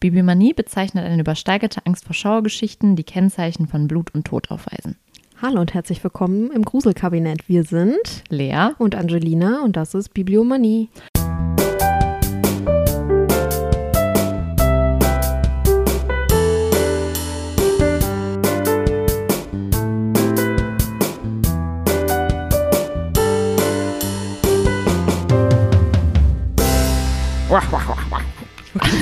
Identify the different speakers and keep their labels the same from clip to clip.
Speaker 1: Bibimanie bezeichnet eine übersteigerte Angst vor Schauergeschichten, die Kennzeichen von Blut und Tod aufweisen.
Speaker 2: Hallo und herzlich willkommen im Gruselkabinett. Wir sind
Speaker 1: Lea?
Speaker 2: und Angelina und das ist Bibliomanie. Ich wollte gerade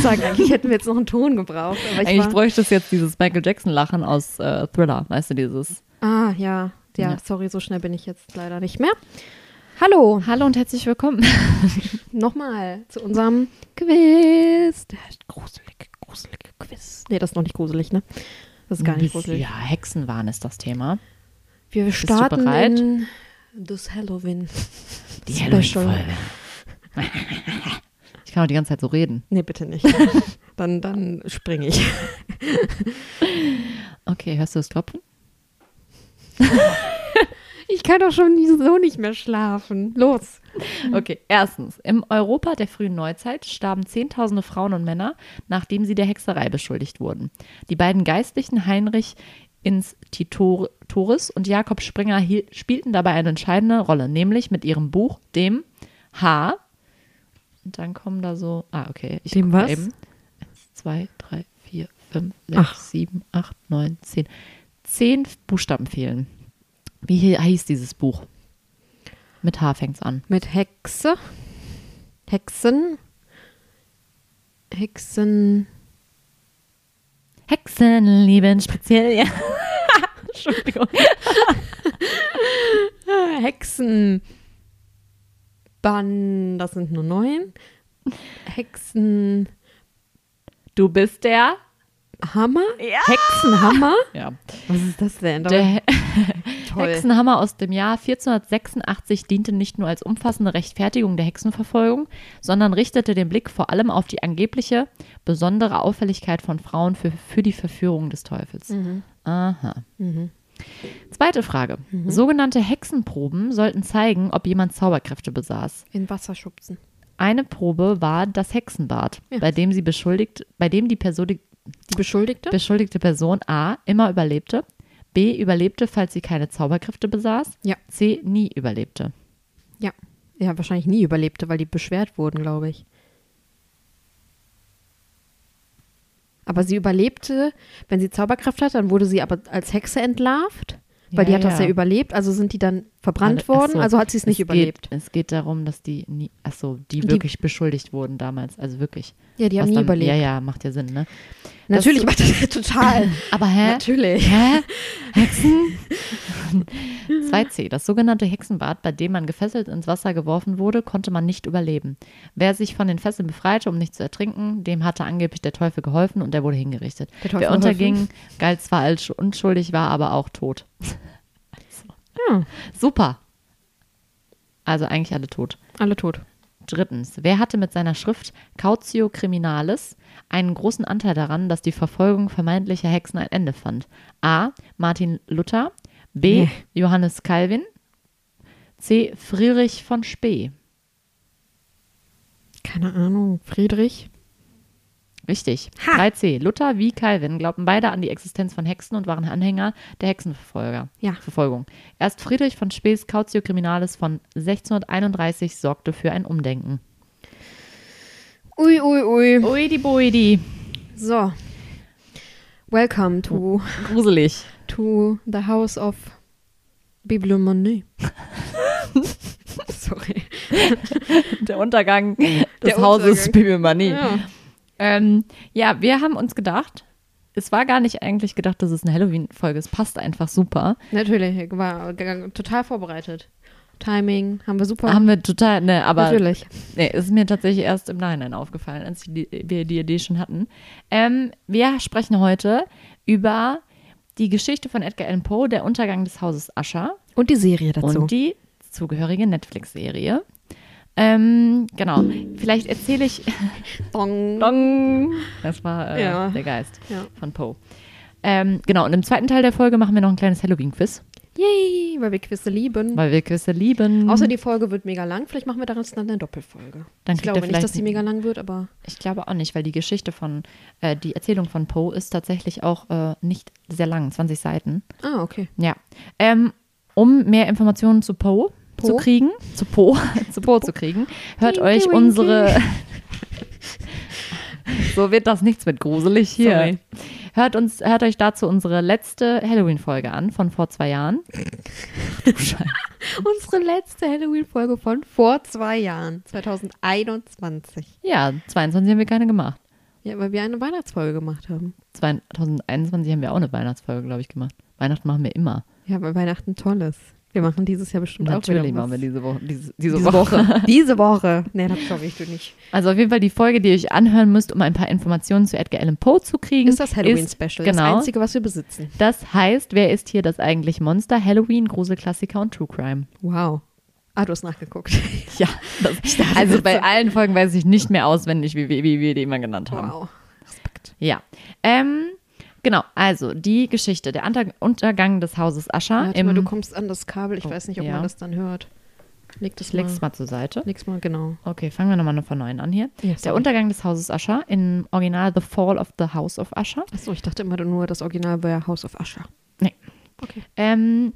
Speaker 2: sagen, eigentlich hätten wir jetzt noch einen Ton gebraucht. Aber ich
Speaker 1: Eigentlich
Speaker 2: war,
Speaker 1: bräuchte es jetzt dieses Michael Jackson-Lachen aus äh, Thriller, weißt du, dieses.
Speaker 2: ah, ja, ja,
Speaker 1: Ja.
Speaker 2: sorry, so schnell bin ich jetzt leider nicht mehr. Hallo,
Speaker 1: Hallo und herzlich willkommen.
Speaker 2: nochmal zu unserem Quiz. Der heißt gruselig, gruselig Quiz. Nee, das ist noch nicht gruselig, ne? Das ist gar nicht gruselig.
Speaker 1: Ja, Hexenwahn ist das Thema.
Speaker 2: Wir
Speaker 1: du
Speaker 2: starten
Speaker 1: bereit?
Speaker 2: in das Halloween.
Speaker 1: Die
Speaker 2: Special.
Speaker 1: Halloween-Folge. Ich kann auch die ganze Zeit so reden.
Speaker 2: Nee, bitte nicht. Dann, dann springe ich.
Speaker 1: Okay, hörst du das Klopfen?
Speaker 2: Ich kann doch schon so nicht mehr schlafen. Los.
Speaker 1: Okay, erstens. Im Europa der frühen Neuzeit starben Zehntausende Frauen und Männer, nachdem sie der Hexerei beschuldigt wurden. Die beiden Geistlichen Heinrich ins Titoris und Jakob Springer hiel- spielten dabei eine entscheidende Rolle, nämlich mit ihrem Buch, dem H. Und dann kommen da so. Ah, okay. Ich
Speaker 2: Dem
Speaker 1: guck mal
Speaker 2: was?
Speaker 1: Eins, zwei, drei, vier, fünf, sechs,
Speaker 2: Ach.
Speaker 1: sieben, acht, neun, zehn. Zehn Buchstaben fehlen. Wie hi- hieß dieses Buch? Mit H fängt's an.
Speaker 2: Mit Hexe. Hexen. Hexen.
Speaker 1: Hexen lieben speziell. Ja. Entschuldigung.
Speaker 2: Hexen. Bann. Das sind nur neun. Hexen.
Speaker 1: Du bist der.
Speaker 2: Hammer?
Speaker 1: Ja.
Speaker 2: Hexenhammer?
Speaker 1: Ja.
Speaker 2: Was ist das denn?
Speaker 1: Der He-
Speaker 2: Toll.
Speaker 1: Hexenhammer aus dem Jahr 1486 diente nicht nur als umfassende Rechtfertigung der Hexenverfolgung, sondern richtete den Blick vor allem auf die angebliche besondere Auffälligkeit von Frauen für, für die Verführung des Teufels. Mhm. Aha. Zweite Frage. Sogenannte Hexenproben sollten zeigen, ob jemand Zauberkräfte besaß.
Speaker 2: In Wasser schubsen.
Speaker 1: Eine Probe war das Hexenbad,
Speaker 2: Ja.
Speaker 1: bei dem sie beschuldigt, bei dem die Person,
Speaker 2: Die Beschuldigte?
Speaker 1: beschuldigte Person A immer überlebte, B überlebte, falls sie keine Zauberkräfte besaß,
Speaker 2: Ja.
Speaker 1: C nie überlebte.
Speaker 2: ja. Ja, wahrscheinlich nie überlebte, weil die beschwert wurden, glaube ich. Aber sie überlebte, wenn sie Zauberkraft hat, dann wurde sie aber als Hexe entlarvt, weil
Speaker 1: Ja,
Speaker 2: die hat das
Speaker 1: ja.
Speaker 2: ja überlebt, also sind die dann verbrannt
Speaker 1: Alle- ach
Speaker 2: worden,
Speaker 1: so,
Speaker 2: also hat sie es nicht
Speaker 1: geht-
Speaker 2: überlebt.
Speaker 1: Es geht darum, dass die nie, achso, die wirklich beschuldigt wurden damals, also wirklich.
Speaker 2: Ja, die haben
Speaker 1: Was
Speaker 2: nie
Speaker 1: dann-
Speaker 2: überlebt.
Speaker 1: Ja, ja, macht ja Sinn, ne? Das-
Speaker 2: Natürlich macht das total.
Speaker 1: Aber hä?
Speaker 2: Natürlich.
Speaker 1: Hä? Hexen? 2c. Das sogenannte Hexenbad, bei dem man gefesselt ins Wasser geworfen wurde, konnte man nicht überleben. Wer sich von den Fesseln befreite, um nicht zu ertrinken, dem hatte angeblich der Teufel geholfen und er wurde hingerichtet.
Speaker 2: Der Teufel
Speaker 1: Wer unterging, galt zwar als unschuldig, war aber auch tot.
Speaker 2: Ja,
Speaker 1: Super. Also eigentlich alle tot.
Speaker 2: alle tot.
Speaker 1: Drittens, wer hatte mit seiner Schrift Cautio Criminalis einen großen Anteil daran, dass die Verfolgung vermeintlicher Hexen ein Ende fand? A. Martin Luther, B.
Speaker 2: Nee.
Speaker 1: Johannes Calvin, C. Friedrich von Spee.
Speaker 2: Keine Ahnung. Friedrich?
Speaker 1: Richtig. 3c. Luther wie Calvin glaubten beide an die Existenz von Hexen und waren Anhänger der Hexenverfolger.
Speaker 2: Ja.
Speaker 1: Verfolgung. Erst Friedrich von Spees Cautio Criminalis von 1631 sorgte für ein Umdenken.
Speaker 2: Ui, ui, ui.
Speaker 1: Uidi boidi.
Speaker 2: So. Welcome to,
Speaker 1: Gruselig.
Speaker 2: to the house of Bibliomanie. Sorry.
Speaker 1: Der Untergang des
Speaker 2: Der
Speaker 1: Hauses
Speaker 2: Untergang.
Speaker 1: Bibelmanie. Ja.
Speaker 2: Ja.
Speaker 1: Ähm, ja, wir haben uns gedacht, es war gar nicht eigentlich gedacht, dass es eine Halloween-Folge ist. Passt einfach super.
Speaker 2: Natürlich, war g- total vorbereitet. Timing haben wir super.
Speaker 1: Haben wir total, ne, aber
Speaker 2: Natürlich.
Speaker 1: nee, es ist mir tatsächlich erst im Nachhinein aufgefallen, als die, wir die Idee schon hatten. Ähm, wir sprechen heute über die Geschichte von Edgar Allan Poe, der Untergang des Hauses Ascher
Speaker 2: Und die Serie dazu.
Speaker 1: und die zugehörige Netflix-Serie. Ähm, genau. Vielleicht erzähle ich
Speaker 2: Dong.
Speaker 1: Dong. Das war äh,
Speaker 2: Ja.
Speaker 1: der Geist
Speaker 2: Ja.
Speaker 1: von Poe. Ähm, genau, und im zweiten Teil der Folge machen wir noch ein kleines Halloween-Quiz.
Speaker 2: Yay, weil wir Quizze lieben.
Speaker 1: Weil wir Küsse lieben.
Speaker 2: Außer die Folge wird mega lang. Vielleicht machen wir daraus dann eine Doppelfolge.
Speaker 1: Dann kriegt
Speaker 2: ich glaube
Speaker 1: er
Speaker 2: nicht,
Speaker 1: vielleicht
Speaker 2: dass die
Speaker 1: ein-
Speaker 2: mega lang wird, aber
Speaker 1: ich glaube auch nicht, weil die Geschichte von, äh, die Erzählung von Poe ist tatsächlich auch äh, nicht sehr lang, 20 Seiten.
Speaker 2: ah, okay.
Speaker 1: Ja. Ähm, um mehr Informationen zu Poe zu
Speaker 2: Poe?
Speaker 1: kriegen, zu Poe, zu Poe zu kriegen, hört
Speaker 2: Winky,
Speaker 1: euch
Speaker 2: winky.
Speaker 1: unsere. so wird das nichts mit gruselig hier.
Speaker 2: Sorry.
Speaker 1: Hört uns, hört euch dazu unsere letzte Halloween-Folge an von vor zwei Jahren.
Speaker 2: Unsere letzte Halloween-Folge von vor zwei Jahren, 2021.
Speaker 1: Ja, 22 haben wir keine gemacht.
Speaker 2: Ja, weil wir eine Weihnachtsfolge gemacht haben.
Speaker 1: 2021 haben wir auch eine Weihnachtsfolge, glaube ich, gemacht. Weihnachten machen wir immer.
Speaker 2: Ja, weil Weihnachten toll ist. Wir machen dieses Jahr bestimmt auch
Speaker 1: Natürlich
Speaker 2: wieder
Speaker 1: machen wir
Speaker 2: was.
Speaker 1: diese Woche. Diese, diese,
Speaker 2: diese,
Speaker 1: Woche.
Speaker 2: Woche. diese Woche. Nee, das glaube ich du nicht.
Speaker 1: Also auf jeden Fall die Folge, die ihr euch anhören müsst, um ein paar Informationen zu Edgar Allan Poe zu kriegen.
Speaker 2: Ist das Halloween-Special, das
Speaker 1: Genau.
Speaker 2: einzige, was wir besitzen.
Speaker 1: Das heißt, wer ist hier das eigentliche Monster? Halloween, Gruselklassiker und True Crime.
Speaker 2: Wow. Ah, du hast nachgeguckt.
Speaker 1: Ja, also bei allen Folgen weiß ich nicht mehr auswendig, wie, wir- wie wir die immer genannt haben.
Speaker 2: wow.
Speaker 1: Ja. Ähm, genau, also die Geschichte, der Anta Untergang des Hauses Ascher.
Speaker 2: Warte mal, du kommst an das Kabel. Ich weiß nicht, ob
Speaker 1: Oh, ja.
Speaker 2: man das dann hört. Leg das
Speaker 1: ich leg's
Speaker 2: mal.
Speaker 1: mal zur Seite.
Speaker 2: Leg's mal, genau.
Speaker 1: Okay, fangen wir nochmal von neuem an hier.
Speaker 2: Ja,
Speaker 1: der
Speaker 2: sorry.
Speaker 1: Untergang des Hauses Ascher, im Original The Fall of the House of Ascher.
Speaker 2: Achso, ich dachte immer nur, das Original wäre House of Usher.
Speaker 1: Nee.
Speaker 2: Okay.
Speaker 1: Ähm,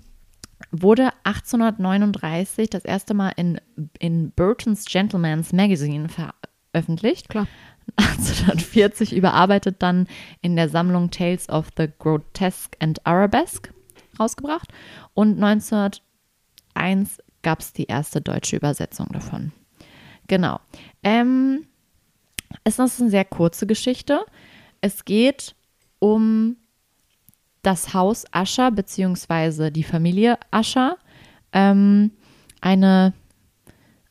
Speaker 1: wurde 1839 das erste Mal in, in Burton's Gentleman's Magazine veröffentlicht.
Speaker 2: Klar.
Speaker 1: 1840 überarbeitet, dann in der Sammlung Tales of the Grotesque and Arabesque rausgebracht. Und 1901 gab es die erste deutsche Übersetzung davon. Genau. Ähm, es ist eine sehr kurze Geschichte. Es geht um das Haus Ascher beziehungsweise die Familie Ascher. Ähm, eine,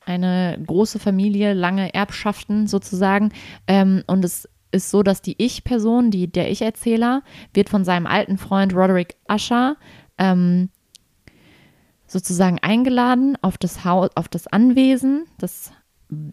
Speaker 1: eine große Familie, lange Erbschaften sozusagen. Ähm, und es ist so, dass die Ich-Person, die, der Ich-Erzähler, wird von seinem alten Freund Roderick Ascher ähm, sozusagen eingeladen auf das, Haus, auf das Anwesen, das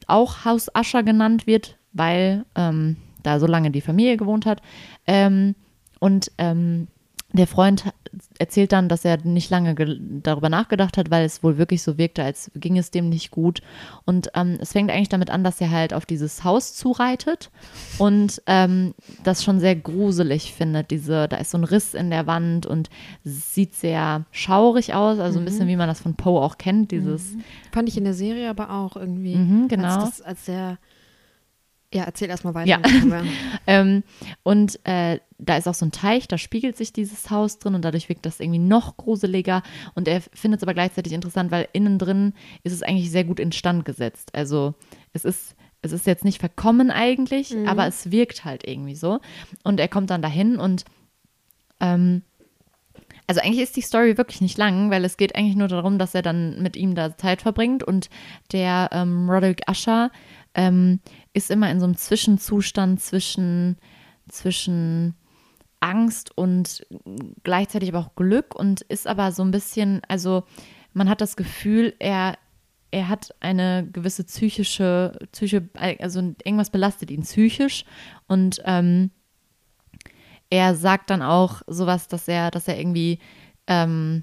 Speaker 1: auch Haus Ascher genannt wird, weil ähm, da so lange die Familie gewohnt hat. Ähm, und ähm, der Freund ha- erzählt dann, dass er nicht lange ge- darüber nachgedacht hat, weil es wohl wirklich so wirkte, als ging es dem nicht gut. Und ähm, es fängt eigentlich damit an, dass er halt auf dieses Haus zureitet und ähm, das schon sehr gruselig findet. Diese, da ist so ein Riss in der Wand und es sieht sehr schaurig aus, also ein bisschen wie man das von Poe auch kennt, dieses
Speaker 2: Fand ich in der Serie aber auch irgendwie.
Speaker 1: Mhm, genau.
Speaker 2: Als, das, als der. Ja, erzähl erstmal weiter.
Speaker 1: Ja.
Speaker 2: dann können wir-
Speaker 1: Ähm, und äh, da ist auch so ein Teich, da spiegelt sich dieses Haus drin und dadurch wirkt das irgendwie noch gruseliger. Und er findet es aber gleichzeitig interessant, weil innen drin ist es eigentlich sehr gut instand gesetzt. Also es ist, es ist jetzt nicht verkommen eigentlich, aber es wirkt halt irgendwie so. Und er kommt dann dahin und ähm, also eigentlich ist die Story wirklich nicht lang, weil es geht eigentlich nur darum, dass er dann mit ihm da Zeit verbringt und der ähm, Roderick Usher ähm, ist immer in so einem Zwischenzustand zwischen, zwischen Angst und gleichzeitig aber auch Glück und ist aber so ein bisschen, also man hat das Gefühl, er, er hat eine gewisse psychische, psychische, also irgendwas belastet ihn psychisch und ähm, er sagt dann auch sowas, dass er, dass er irgendwie, ähm,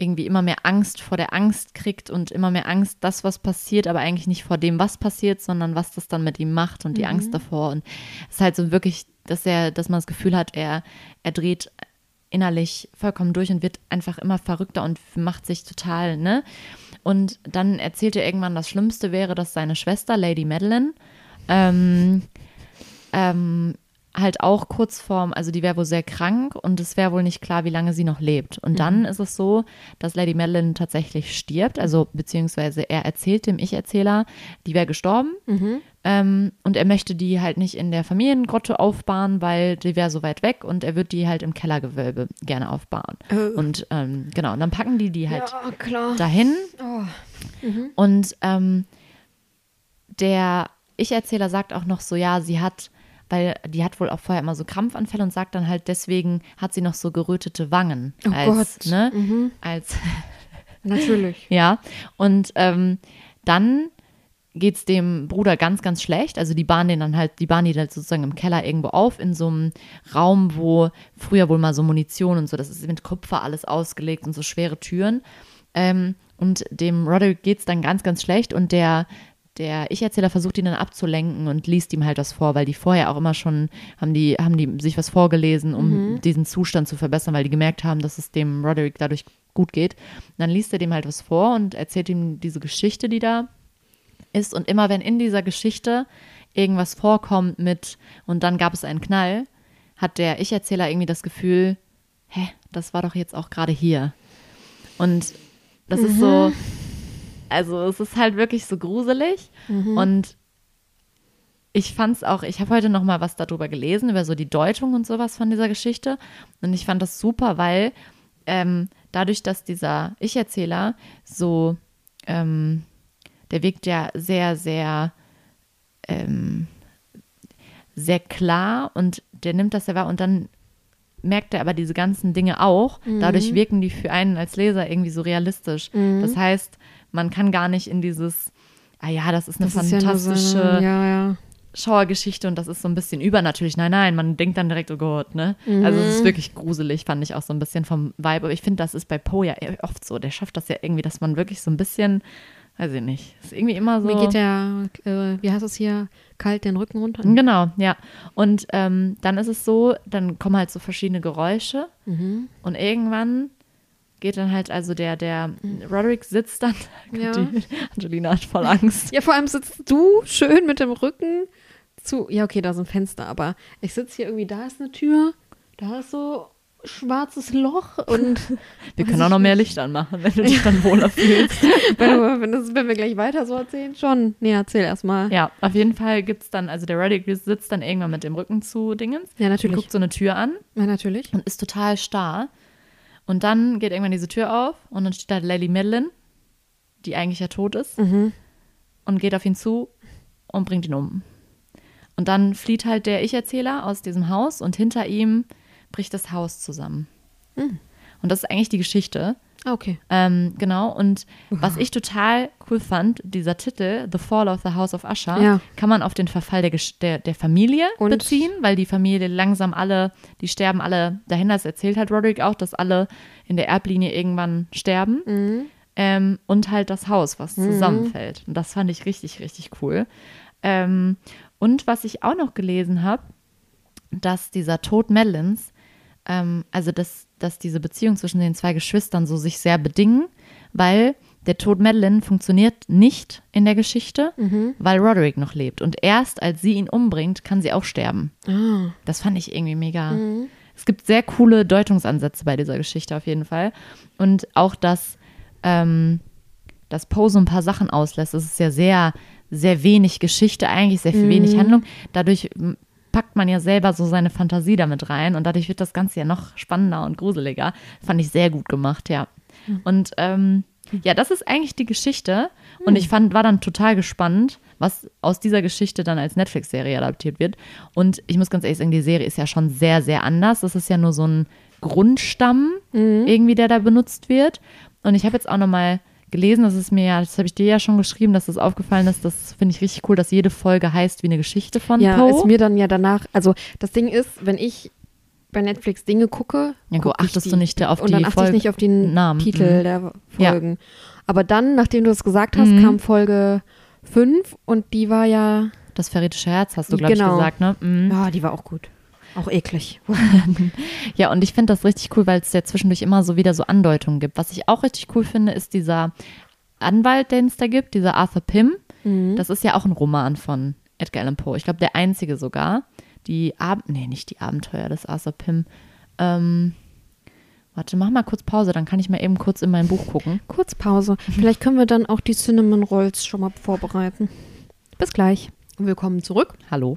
Speaker 1: irgendwie immer mehr Angst vor der Angst kriegt und immer mehr Angst, das, was passiert, aber eigentlich nicht vor dem, was passiert, sondern was das dann mit ihm macht und die Angst davor. Und es ist halt so wirklich, dass er, dass man das Gefühl hat, er, er dreht innerlich vollkommen durch und wird einfach immer verrückter und macht sich total, ne? Und dann erzählt er irgendwann, das Schlimmste wäre, dass seine Schwester, Lady Madeline, ähm, ähm, halt auch kurz vorm, also die wäre wohl sehr krank und es wäre wohl nicht klar, wie lange sie noch lebt. Und dann ist es so, dass Lady Madeline tatsächlich stirbt, also beziehungsweise er erzählt dem Ich-Erzähler, die wäre gestorben. Ähm, und er möchte die halt nicht in der Familiengrotte aufbauen, weil die wäre so weit weg und er wird die halt im Kellergewölbe gerne aufbauen.
Speaker 2: Äh.
Speaker 1: Und ähm, genau, und dann packen die die halt
Speaker 2: Ja, klar.
Speaker 1: dahin
Speaker 2: Oh.
Speaker 1: und ähm, der Ich-Erzähler sagt auch noch so, ja, sie hat, weil die hat wohl auch vorher immer so Krampfanfälle und sagt dann halt, deswegen hat sie noch so gerötete Wangen.
Speaker 2: Oh
Speaker 1: als,
Speaker 2: Gott. Mhm.
Speaker 1: Ne, als
Speaker 2: Natürlich.
Speaker 1: ja, und ähm, dann geht es dem Bruder ganz, ganz schlecht. Also die bahnen den dann halt, die bahnen die halt sozusagen im Keller irgendwo auf, in so einem Raum, wo früher wohl mal so Munition und so, das ist mit Kupfer alles ausgelegt und so schwere Türen. Ähm, und dem Roderick geht es dann ganz, ganz schlecht und der, der Ich-Erzähler versucht ihn dann abzulenken und liest ihm halt was vor, weil die vorher auch immer schon, haben die, haben die sich was vorgelesen, um diesen Zustand zu verbessern, weil die gemerkt haben, dass es dem Roderick dadurch gut geht. Und dann liest er dem halt was vor und erzählt ihm diese Geschichte, die da ist. Und immer wenn in dieser Geschichte irgendwas vorkommt mit und dann gab es einen Knall, hat der Ich-Erzähler irgendwie das Gefühl, hä, das war doch jetzt auch gerade hier. Und das ist so, also es ist halt wirklich so gruselig und ich fand's auch, ich habe heute noch mal was darüber gelesen, über so die Deutung und sowas von dieser Geschichte und ich fand das super, weil ähm, dadurch, dass dieser Ich-Erzähler so, ähm, der wirkt ja sehr, sehr, ähm, sehr klar und der nimmt das ja wahr und dann merkt er aber diese ganzen Dinge auch.
Speaker 2: Mhm.
Speaker 1: Dadurch wirken die für einen als Leser irgendwie so realistisch.
Speaker 2: Mhm.
Speaker 1: Das heißt, man kann gar nicht in dieses, ah ja, das ist eine
Speaker 2: Das ist ja nur so eine-
Speaker 1: fantastische
Speaker 2: ja, ja.
Speaker 1: Schauergeschichte und das ist so ein bisschen übernatürlich. Nein, nein, man denkt dann direkt, oh Gott, ne? Also
Speaker 2: Mhm.
Speaker 1: es ist wirklich gruselig, fand ich auch so ein bisschen vom Vibe. Aber ich finde, das ist bei Poe ja oft so. Der schafft das ja irgendwie, dass man wirklich so ein bisschen, weiß ich nicht, ist irgendwie immer so.
Speaker 2: Mir geht der, äh, wie heißt es hier, kalt den Rücken runter.
Speaker 1: Genau, ja. Und ähm, dann ist es so, dann kommen halt so verschiedene Geräusche
Speaker 2: Mhm.
Speaker 1: und irgendwann geht dann halt, also der, der Roderick sitzt dann,
Speaker 2: Mhm. Ja.
Speaker 1: die, Angelina hat voll Angst.
Speaker 2: Ja, vor allem sitzt du schön mit dem Rücken zu. Ja, okay, da ist ein Fenster, aber ich sitze hier irgendwie, da ist eine Tür, da ist so schwarzes Loch und
Speaker 1: Wir
Speaker 2: Weiß
Speaker 1: können auch
Speaker 2: ich
Speaker 1: noch mehr Licht anmachen, wenn du dich dann wohler fühlst.
Speaker 2: wenn, du- wenn, das, wenn wir gleich weiter so erzählen, schon. Nee, erzähl erstmal.
Speaker 1: Ja, auf jeden Fall gibt es dann, also der Reddick sitzt dann irgendwann mit dem Rücken zu Dingens.
Speaker 2: Ja, natürlich.
Speaker 1: Und guckt so eine Tür an
Speaker 2: Ja, natürlich.
Speaker 1: und ist total starr. Und dann geht irgendwann diese Tür auf und dann steht da Lady Madeline, die eigentlich ja tot ist, und geht auf ihn zu und bringt ihn um. Und dann flieht halt der Ich-Erzähler aus diesem Haus und hinter ihm bricht das Haus zusammen. Und das ist eigentlich die Geschichte.
Speaker 2: Ah, okay.
Speaker 1: Ähm, genau, und was ich total cool fand, dieser Titel, The Fall of the House of Usher,
Speaker 2: Ja.
Speaker 1: kann man auf den Verfall der, Gesch- der, der Familie
Speaker 2: Und-
Speaker 1: beziehen, weil die Familie langsam alle, die sterben alle dahin, das erzählt halt Roderick auch, dass alle in der Erblinie irgendwann sterben.
Speaker 2: Mhm.
Speaker 1: Ähm, und halt das Haus, was zusammenfällt. Und das fand ich richtig, richtig cool. Ähm, und was ich auch noch gelesen habe, dass dieser Tod Madelines, ähm, also dass, dass diese Beziehung zwischen den zwei Geschwistern so sich sehr bedingen, weil der Tod Madeline funktioniert nicht in der Geschichte, weil Roderick noch lebt. Und erst als sie ihn umbringt, kann sie auch sterben.
Speaker 2: Ah.
Speaker 1: Das fand ich irgendwie mega. Es gibt sehr coole Deutungsansätze bei dieser Geschichte auf jeden Fall. Und auch, dass, ähm, dass Poe so ein paar Sachen auslässt. Es ist ja sehr, sehr wenig Geschichte eigentlich, sehr viel wenig Handlung. Dadurch m, packt man ja selber so seine Fantasie damit rein und dadurch wird das Ganze ja noch spannender und gruseliger. Fand ich sehr gut gemacht, ja. Und ähm, ja, das ist eigentlich die Geschichte. Und ich fand, war dann total gespannt, was aus dieser Geschichte dann als Netflix-Serie adaptiert wird. Und ich muss ganz ehrlich sagen, die Serie ist ja schon sehr, sehr anders. Das ist ja nur so ein Grundstamm irgendwie, der da benutzt wird. Und ich habe jetzt auch nochmal gelesen, das ist mir ja, das habe ich dir ja schon geschrieben, dass das aufgefallen ist. Das finde ich richtig cool, dass jede Folge heißt wie eine Geschichte von
Speaker 2: Ja,
Speaker 1: Poe.
Speaker 2: ist mir dann ja danach, also das Ding ist, wenn ich bei Netflix Dinge gucke,
Speaker 1: Ja,
Speaker 2: guck
Speaker 1: guck,
Speaker 2: ich
Speaker 1: achtest
Speaker 2: die,
Speaker 1: du nicht auf
Speaker 2: und dann
Speaker 1: die
Speaker 2: achte ich
Speaker 1: Folge-
Speaker 2: nicht auf den
Speaker 1: Namen,
Speaker 2: Titel
Speaker 1: mhm.
Speaker 2: der
Speaker 1: Ja. Mhm.
Speaker 2: Folgen. Aber dann, nachdem du es gesagt hast, kam Folge 5 und die war ja,
Speaker 1: das verrätische Herz hast du, glaube
Speaker 2: Genau.
Speaker 1: ich, gesagt, ne? Mhm.
Speaker 2: ja, die war auch gut. Auch eklig.
Speaker 1: Ja, und ich finde das richtig cool, weil es ja zwischendurch immer so wieder so Andeutungen gibt. Was ich auch richtig cool finde, ist dieser Anwalt, den es da gibt, dieser Arthur Pym.
Speaker 2: Mhm.
Speaker 1: Das ist ja auch ein Roman von Edgar Allan Poe. Ich glaube, der einzige sogar. Die Ab nee, nicht die Abenteuer des Arthur Pym. Ähm, warte, mach mal kurz Pause, dann kann ich mal eben kurz in mein Buch gucken.
Speaker 2: Kurzpause. Vielleicht können wir dann auch die Cinnamon Rolls schon mal vorbereiten. Bis gleich. Willkommen zurück.
Speaker 1: Hallo.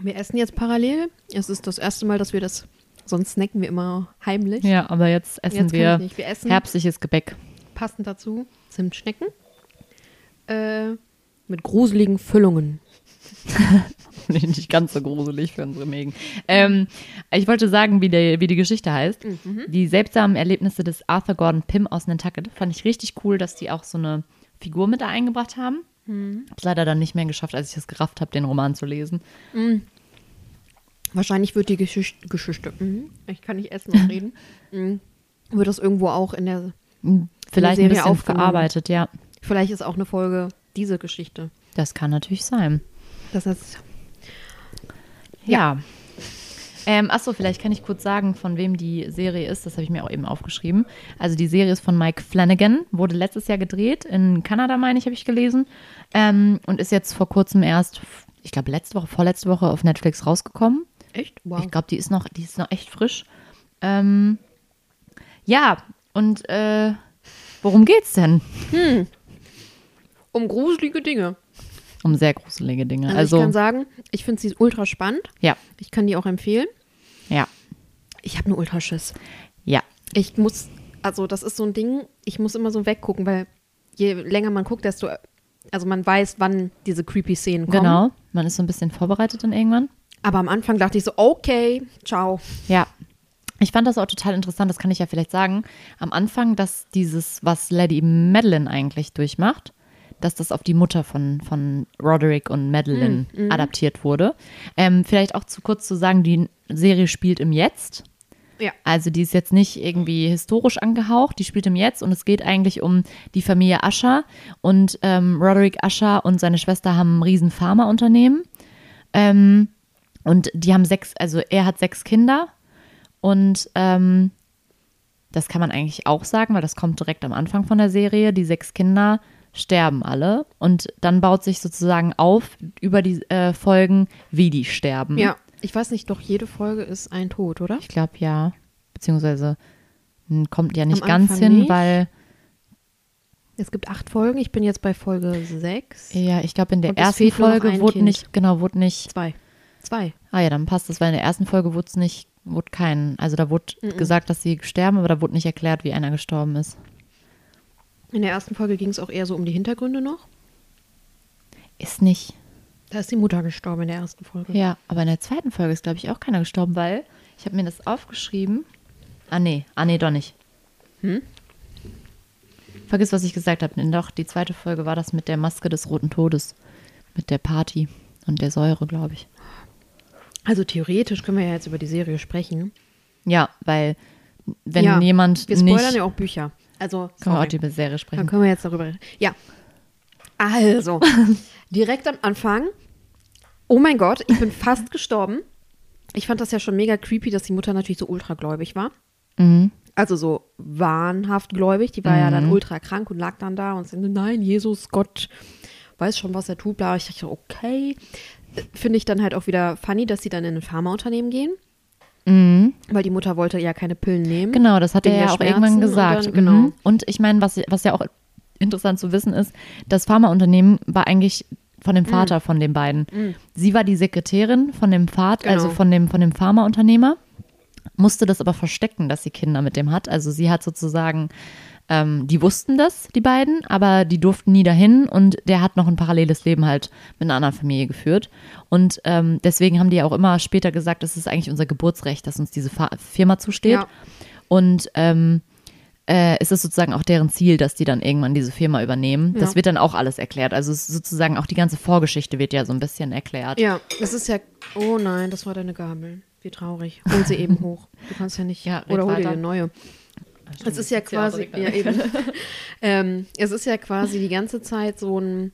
Speaker 2: Wir essen jetzt parallel. Es ist das erste Mal, dass wir das, sonst snacken wir immer heimlich.
Speaker 1: Ja, aber jetzt essen
Speaker 2: Jetzt kann ich
Speaker 1: wir
Speaker 2: nicht. Wir essen
Speaker 1: herbstliches Gebäck.
Speaker 2: passend dazu Zimtschnecken äh, mit gruseligen Füllungen.
Speaker 1: Nee, nicht ganz so gruselig für unsere Mägen. Ähm, ich wollte sagen, wie, der, wie die Geschichte heißt.
Speaker 2: Mhm.
Speaker 1: Die seltsamen Erlebnisse des Arthur Gordon Pym aus Nantucket. Fand ich richtig cool, dass die auch so eine Figur mit da eingebracht haben.
Speaker 2: Mhm.
Speaker 1: Hab's leider dann nicht mehr geschafft, als ich es gerafft habe, den Roman zu lesen.
Speaker 2: Wahrscheinlich wird die Geschicht Geschichte. Mhm. Ich kann nicht essen und reden. Mhm. Wird das irgendwo auch in der.
Speaker 1: Vielleicht ein
Speaker 2: Serie
Speaker 1: bisschen
Speaker 2: aufgenommen.
Speaker 1: verarbeitet, ja.
Speaker 2: Vielleicht ist auch eine Folge diese Geschichte.
Speaker 1: Das kann natürlich sein.
Speaker 2: Das heißt,
Speaker 1: Ja. Ähm, achso, vielleicht kann ich kurz sagen, von wem die Serie ist. Das habe ich mir auch eben aufgeschrieben. Also die Serie ist von Mike Flanagan, wurde letztes Jahr gedreht, in Kanada, meine ich, habe ich gelesen. Ähm, und ist jetzt vor kurzem erst, ich glaube, letzte Woche, vorletzte Woche auf Netflix rausgekommen.
Speaker 2: echt? Wow.
Speaker 1: Ich glaube, die ist noch, die ist noch echt frisch. Ähm, ja, und äh, worum geht's denn?
Speaker 2: Um gruselige Dinge.
Speaker 1: Um sehr gruselige Dinge.
Speaker 2: Also,
Speaker 1: Also,
Speaker 2: ich kann sagen, ich finde sie ultra spannend.
Speaker 1: ja,
Speaker 2: Ich kann die auch empfehlen.
Speaker 1: ja,
Speaker 2: Ich habe nur Ultraschiss.
Speaker 1: ja.
Speaker 2: Ich muss, also das ist so ein Ding, ich muss immer so weggucken, weil je länger man guckt, desto, also man weiß, wann diese creepy Szenen kommen.
Speaker 1: Genau. Man ist so ein bisschen vorbereitet dann irgendwann.
Speaker 2: Aber am Anfang dachte ich so, okay, ciao.
Speaker 1: Ja. Ich fand das auch total interessant, das kann ich ja vielleicht sagen, am Anfang, dass dieses, was Lady Madeline eigentlich durchmacht, dass das auf die Mutter von, von Roderick und Madeline adaptiert wurde. Ähm, vielleicht auch zu kurz zu sagen, die Serie spielt im Jetzt.
Speaker 2: Ja.
Speaker 1: Also die ist jetzt nicht irgendwie historisch angehaucht, die spielt im Jetzt und es geht eigentlich um die Familie Ascher und ähm, Roderick Ascher und seine Schwester haben ein riesen Pharmaunternehmen ähm, und die haben sechs, also er hat sechs Kinder und ähm, das kann man eigentlich auch sagen, weil das kommt direkt am Anfang von der Serie. Die sechs Kinder sterben alle und dann baut sich sozusagen auf über die äh, Folgen, wie die sterben.
Speaker 2: Ja. Ich weiß nicht, doch jede Folge ist ein Tod, oder?
Speaker 1: Ich glaube ja. Beziehungsweise hm, kommt ja nicht
Speaker 2: Am
Speaker 1: ganz
Speaker 2: Anfang
Speaker 1: hin,
Speaker 2: nicht.
Speaker 1: weil
Speaker 2: Es gibt acht Folgen, ich bin jetzt bei Folge sechs.
Speaker 1: ja, ich glaube in der
Speaker 2: Und es
Speaker 1: ersten
Speaker 2: fehlt nur noch
Speaker 1: Folge
Speaker 2: ein
Speaker 1: wurde
Speaker 2: Kind.
Speaker 1: nicht, genau, wurde nicht,
Speaker 2: Zwei. Zwei.
Speaker 1: ah ja, dann passt das, weil in der ersten Folge wurde es nicht, wurde kein, also da wurde gesagt, dass sie sterben, aber da wurde nicht erklärt, wie einer gestorben ist.
Speaker 2: In der ersten Folge ging es auch eher so um die Hintergründe noch.
Speaker 1: Ist nicht.
Speaker 2: Da ist die Mutter gestorben in der ersten Folge.
Speaker 1: Ja, aber in der zweiten Folge ist, glaube ich, auch keiner gestorben, weil ich habe mir das aufgeschrieben. Ah, nee, ah, nee, doch nicht. Hm? Vergiss, was ich gesagt habe. Denn doch, die zweite Folge war das mit der Maske des Roten Todes. Mit der Party und der Säure, glaube ich.
Speaker 2: Also theoretisch können wir ja jetzt über die Serie sprechen.
Speaker 1: Ja, weil, wenn
Speaker 2: ja,
Speaker 1: jemand
Speaker 2: Wir
Speaker 1: nicht.
Speaker 2: spoilern ja auch Bücher. Also,
Speaker 1: können wir auch
Speaker 2: sorry.
Speaker 1: über die Serie
Speaker 2: Dann
Speaker 1: sprechen.
Speaker 2: können wir jetzt darüber reden. Ja. Also, direkt am Anfang. Oh mein Gott, ich bin fast gestorben. Ich fand das ja schon mega creepy, dass die Mutter natürlich so ultragläubig war.
Speaker 1: Mhm.
Speaker 2: Also so wahnhaft gläubig. Die war ja dann ultra krank und lag dann da und sagte, nein, Jesus, Gott weiß schon, was er tut. Bla. Ich dachte, okay. Finde ich dann halt auch wieder funny, dass sie dann in ein Pharmaunternehmen gehen. Weil die Mutter wollte ja keine Pillen nehmen.
Speaker 1: Mhm. Genau, das hat
Speaker 2: Wegen
Speaker 1: er ja
Speaker 2: der
Speaker 1: auch irgendwann
Speaker 2: Schmerzen
Speaker 1: gesagt.
Speaker 2: Und dann, genau.
Speaker 1: Mhm. Und ich meine, was, was ja auch interessant zu wissen ist, das Pharmaunternehmen war eigentlich von
Speaker 2: Mhm.
Speaker 1: dem Vater von den beiden. Sie war die Sekretärin von dem Vater,
Speaker 2: Genau.
Speaker 1: also von dem, von dem Pharmaunternehmer, musste das aber verstecken, dass sie Kinder mit dem hat. Also sie hat sozusagen, ähm, die wussten das, die beiden, aber die durften nie dahin und der hat noch ein paralleles Leben halt mit einer anderen Familie geführt. Und ähm, deswegen haben die ja auch immer später gesagt, es ist eigentlich unser Geburtsrecht, dass uns diese Fa Firma zusteht.
Speaker 2: Ja.
Speaker 1: Und ähm, äh, ist es sozusagen auch deren Ziel, dass die dann irgendwann diese Firma übernehmen. Das
Speaker 2: Ja.
Speaker 1: wird dann auch alles erklärt. Also es ist sozusagen auch die ganze Vorgeschichte wird ja so ein bisschen erklärt.
Speaker 2: Ja, es ist ja. Oh nein, das war deine Gabel. Wie traurig. Hol sie eben hoch. Du kannst ja nicht.
Speaker 1: Ja, red
Speaker 2: oder hol dir
Speaker 1: weiter.
Speaker 2: eine neue. Es ist ja
Speaker 1: hättest du ja auch
Speaker 2: quasi.
Speaker 1: direkt
Speaker 2: Ja, eben. ähm, es ist ja quasi die ganze Zeit so ein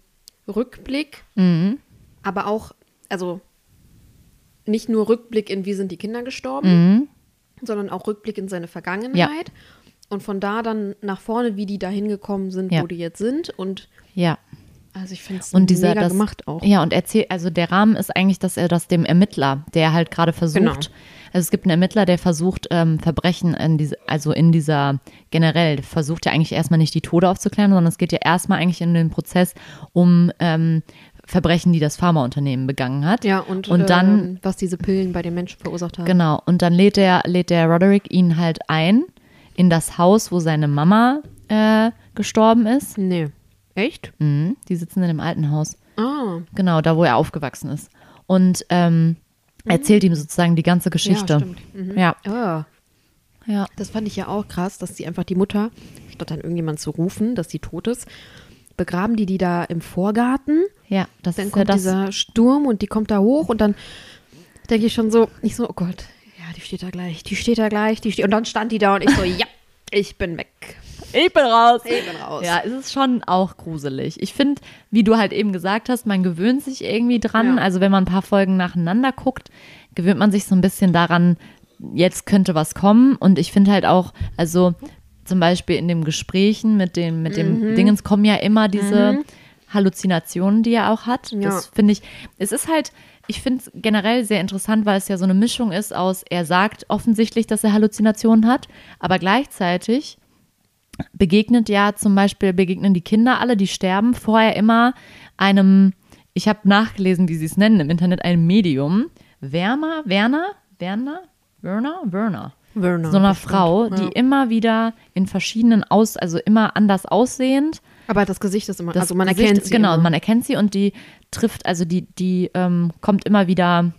Speaker 2: Rückblick,
Speaker 1: Mhm.
Speaker 2: aber auch, also nicht nur Rückblick in wie sind die Kinder gestorben,
Speaker 1: Mhm.
Speaker 2: sondern auch Rückblick in seine Vergangenheit. Und von da dann nach vorne, wie die da hingekommen sind,
Speaker 1: Ja.
Speaker 2: wo die jetzt sind. Und
Speaker 1: Ja.
Speaker 2: also ich finde es
Speaker 1: Und dieser
Speaker 2: mega
Speaker 1: das,
Speaker 2: gemacht auch.
Speaker 1: Ja, und erzählt, also der Rahmen ist eigentlich, dass er das dem Ermittler, der halt gerade versucht,
Speaker 2: Genau.
Speaker 1: also es gibt einen Ermittler, der versucht, ähm, Verbrechen in diese, also in dieser generell, versucht ja eigentlich erstmal nicht die Tode aufzuklären, sondern es geht ja erstmal eigentlich in den Prozess um ähm, Verbrechen, die das Pharmaunternehmen begangen hat.
Speaker 2: Ja, und,
Speaker 1: und dann
Speaker 2: ähm, was diese Pillen bei den Menschen verursacht haben.
Speaker 1: Genau, und dann lädt der, lädt der Roderick ihn halt ein in das Haus, wo seine Mama äh, gestorben ist.
Speaker 2: Nee. Echt?
Speaker 1: Mhm. Die sitzen in dem alten Haus,
Speaker 2: Ah,
Speaker 1: genau, da wo er aufgewachsen ist. Und ähm, erzählt ihm sozusagen die ganze Geschichte.
Speaker 2: Mhm. Ja, stimmt. Mhm.
Speaker 1: Ja,
Speaker 2: ah.
Speaker 1: ja.
Speaker 2: Das fand ich ja auch krass, dass sie einfach die Mutter, statt dann irgendjemand zu rufen, dass sie tot ist, begraben die die da im Vorgarten.
Speaker 1: Ja, das
Speaker 2: Dann
Speaker 1: ist ja
Speaker 2: kommt
Speaker 1: das.
Speaker 2: dieser Sturm und die kommt da hoch und dann denke ich schon so, ich so, oh Gott, ja, die steht da gleich, die steht da gleich, die steht. Und dann stand die da und ich so, ja, ich bin weg.
Speaker 1: Ich bin raus.
Speaker 2: Ich bin raus.
Speaker 1: Ja, es ist schon auch gruselig. Ich finde, wie du halt eben gesagt hast, man gewöhnt sich irgendwie dran.
Speaker 2: Ja.
Speaker 1: Also wenn man ein paar Folgen nacheinander guckt, gewöhnt man sich so ein bisschen daran, jetzt könnte was kommen. Und ich finde halt auch, also zum Beispiel in den Gesprächen mit dem, mit
Speaker 2: Mhm.
Speaker 1: dem Dingens kommen ja immer diese Halluzinationen, die er auch hat.
Speaker 2: Ja.
Speaker 1: Das finde ich, es ist halt, ich finde es generell sehr interessant, weil es ja so eine Mischung ist aus, er sagt offensichtlich, dass er Halluzinationen hat, aber gleichzeitig begegnet ja zum Beispiel, begegnen die Kinder alle, die sterben, vorher immer einem, ich habe nachgelesen, wie sie es nennen im Internet, einem Medium, Werner, Werner, Werner, Werner, Werner.
Speaker 2: Werner,
Speaker 1: so einer
Speaker 2: bestimmt,
Speaker 1: Frau, die
Speaker 2: ja.
Speaker 1: immer wieder in verschiedenen Aus, also immer anders aussehend,
Speaker 2: Aber das Gesicht ist immer,
Speaker 1: das
Speaker 2: also man
Speaker 1: Gesicht-
Speaker 2: erkennt sie.
Speaker 1: Genau,
Speaker 2: immer.
Speaker 1: man erkennt sie und die trifft, also die, die ähm, kommt immer wieder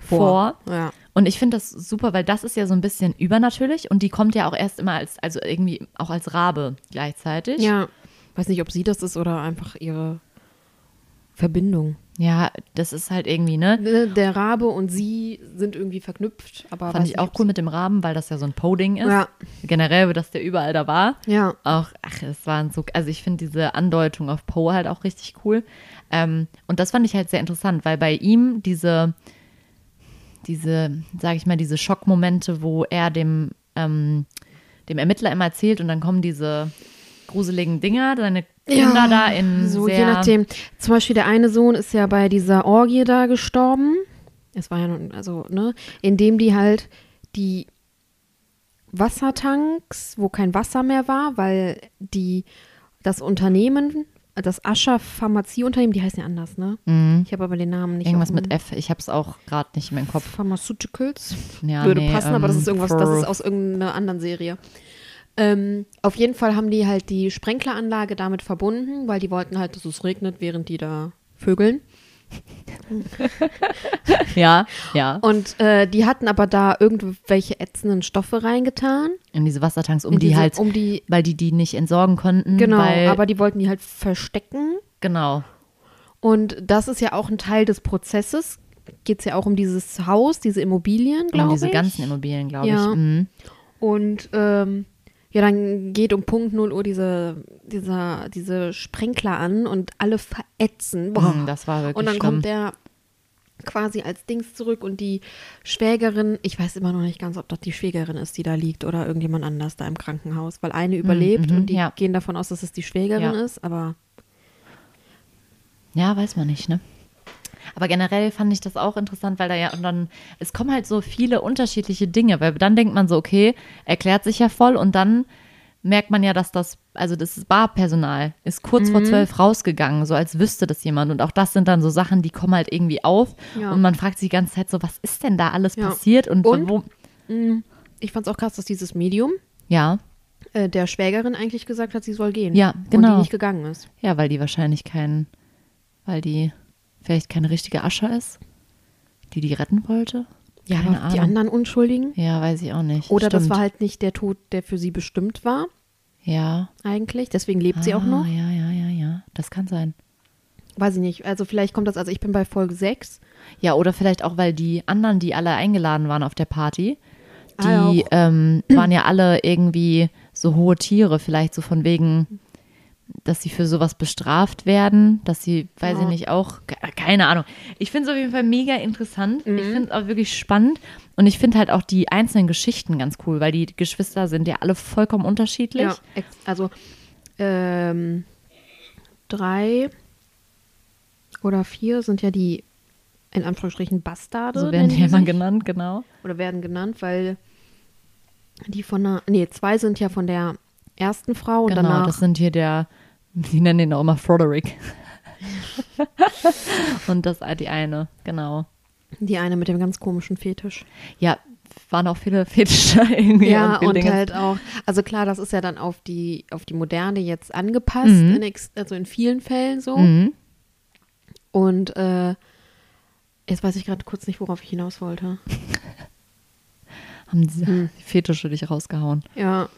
Speaker 1: vor.
Speaker 2: Vor, ja.
Speaker 1: Und ich finde das super, weil das ist ja so ein bisschen übernatürlich und die kommt ja auch erst immer als, also irgendwie auch als Rabe gleichzeitig.
Speaker 2: Ja. Weiß nicht, ob sie das ist oder einfach ihre Verbindung.
Speaker 1: Ja, das ist halt irgendwie, ne?
Speaker 2: Ne, Der Rabe und sie sind irgendwie verknüpft, aber
Speaker 1: Fand
Speaker 2: weiß
Speaker 1: ich
Speaker 2: nicht,
Speaker 1: auch
Speaker 2: ob
Speaker 1: cool mit dem Raben, weil das ja so ein Poding ist.
Speaker 2: Ja.
Speaker 1: Generell, dass der überall da war.
Speaker 2: sie- Ja.
Speaker 1: Auch, ach, es waren so, also ich finde diese Andeutung auf Poe halt auch richtig cool. Ähm, und das fand ich halt sehr interessant, weil bei ihm diese, diese, sag ich mal, diese Schockmomente, wo er dem, ähm, dem Ermittler immer erzählt und dann kommen diese gruseligen Dinger, seine Kinder
Speaker 2: Ja,
Speaker 1: da in
Speaker 2: So,
Speaker 1: Hm, sehr,
Speaker 2: je nachdem. Zum Beispiel der eine Sohn ist ja bei dieser Orgie da gestorben. Es war ja nun, also, ne, indem die halt die Wassertanks, wo kein Wasser mehr war, weil die, das Unternehmen, das Ascher Pharmazieunternehmen, die heißen ja anders, ne? Ich ne? habe aber den Namen nicht.
Speaker 1: Hm. mhm, irgendwas
Speaker 2: auf dem-
Speaker 1: mit F, ich hab's auch gerade nicht mehr im Kopf.
Speaker 2: Pharmaceuticals.
Speaker 1: Ja,
Speaker 2: Würde
Speaker 1: nee,
Speaker 2: passen, aber das
Speaker 1: ähm,
Speaker 2: ist irgendwas, das
Speaker 1: Fur-
Speaker 2: ist aus irgendeiner anderen Serie. Ähm, auf jeden Fall haben die halt die Sprenkleranlage damit verbunden, weil die wollten halt, dass es regnet, während die da vögeln.
Speaker 1: Ja, ja.
Speaker 2: Und äh, die hatten aber da irgendwelche ätzenden Stoffe reingetan.
Speaker 1: In diese Wassertanks, um
Speaker 2: In
Speaker 1: die
Speaker 2: diese-
Speaker 1: halt,
Speaker 2: Um die,
Speaker 1: weil die die nicht entsorgen konnten.
Speaker 2: genau,
Speaker 1: weil,
Speaker 2: aber die wollten die halt verstecken.
Speaker 1: Genau.
Speaker 2: Und das ist ja auch ein Teil des Prozesses. Geht es ja auch um dieses Haus, diese Immobilien, glaube
Speaker 1: Um
Speaker 2: ich.
Speaker 1: diese ganzen Immobilien, glaube
Speaker 2: Ja.
Speaker 1: ich. Mhm.
Speaker 2: Und ähm, ja, dann geht um Punkt 0 Uhr diese, dieser, diese Sprenkler an und alle verätzen. Boah.
Speaker 1: Mhm, das war wirklich
Speaker 2: und dann
Speaker 1: schlimm.
Speaker 2: kommt der quasi als Dings zurück und die Schwägerin, ich weiß immer noch nicht ganz, ob das die Schwägerin ist, die da liegt oder irgendjemand anders da im Krankenhaus, weil eine überlebt
Speaker 1: mhm,
Speaker 2: und die
Speaker 1: ja.
Speaker 2: gehen davon aus, dass es die Schwägerin
Speaker 1: Ja.
Speaker 2: ist, aber
Speaker 1: Ja, weiß man nicht, ne? Aber generell fand ich das auch interessant, weil da ja und dann, es kommen halt so viele unterschiedliche Dinge, weil dann denkt man so, okay, erklärt sich ja voll und dann merkt man ja, dass das, also das Barpersonal ist kurz
Speaker 2: Mhm.
Speaker 1: vor zwölf rausgegangen, so als wüsste das jemand. Und auch das sind dann so Sachen, die kommen halt irgendwie auf
Speaker 2: Ja.
Speaker 1: und man fragt sich die ganze Zeit so, was ist denn da alles
Speaker 2: Ja.
Speaker 1: passiert und,
Speaker 2: Und?
Speaker 1: wo?
Speaker 2: ich fand es auch krass, dass dieses Medium
Speaker 1: Ja,
Speaker 2: äh, der Schwägerin eigentlich gesagt hat, sie soll gehen.
Speaker 1: Ja,
Speaker 2: Und die
Speaker 1: genau.
Speaker 2: nicht gegangen ist.
Speaker 1: ja, weil die wahrscheinlich kein, weil die vielleicht keine richtige Ascher ist, die die retten wollte.
Speaker 2: Ja,
Speaker 1: keine
Speaker 2: aber die
Speaker 1: Ahnung.
Speaker 2: anderen Unschuldigen.
Speaker 1: Ja, weiß ich auch nicht.
Speaker 2: Oder das
Speaker 1: Stimmt.
Speaker 2: war halt nicht der Tod, der für sie bestimmt war,
Speaker 1: Ja.
Speaker 2: eigentlich. Deswegen lebt sie auch
Speaker 1: Ah,
Speaker 2: noch.
Speaker 1: Ja, ja, ja, ja. Das kann sein.
Speaker 2: Weiß ich nicht. Also vielleicht kommt das, also ich bin bei Folge 6.
Speaker 1: Ja, oder vielleicht auch, weil die anderen, die alle eingeladen waren auf der Party,
Speaker 2: Ah,
Speaker 1: die ähm, waren ja alle irgendwie so hohe Tiere, vielleicht so von wegen, dass sie für sowas bestraft werden, dass sie, weiß ich
Speaker 2: Ja.
Speaker 1: nicht, auch, ke- keine Ahnung. Ich finde es auf jeden Fall mega interessant. Ich
Speaker 2: Mhm.
Speaker 1: finde es auch wirklich spannend. Und ich finde halt auch die einzelnen Geschichten ganz cool, weil die Geschwister sind ja alle vollkommen unterschiedlich.
Speaker 2: Ja, ex- also ähm, drei oder vier sind ja die in Anführungsstrichen Bastarde.
Speaker 1: So werden
Speaker 2: nennen
Speaker 1: die immer
Speaker 2: sich.
Speaker 1: genannt, genau.
Speaker 2: Oder werden genannt, weil die von einer, nee, zwei sind ja von der ersten Frau und
Speaker 1: Genau,
Speaker 2: Oh, danach
Speaker 1: das sind hier der, die nennen ihn auch immer Froderick. und das die eine, genau.
Speaker 2: die eine mit dem ganz komischen Fetisch.
Speaker 1: Ja, waren auch viele Fetische irgendwie.
Speaker 2: Ja,
Speaker 1: viele
Speaker 2: und
Speaker 1: Dinge.
Speaker 2: halt auch, also klar, das ist ja dann auf die, auf die Moderne jetzt angepasst, in ex, also in vielen Fällen so.
Speaker 1: Mhm.
Speaker 2: Und äh, jetzt weiß ich gerade kurz nicht, worauf ich hinaus wollte. Hm.
Speaker 1: Haben diese Fetische dich rausgehauen.
Speaker 2: Ja.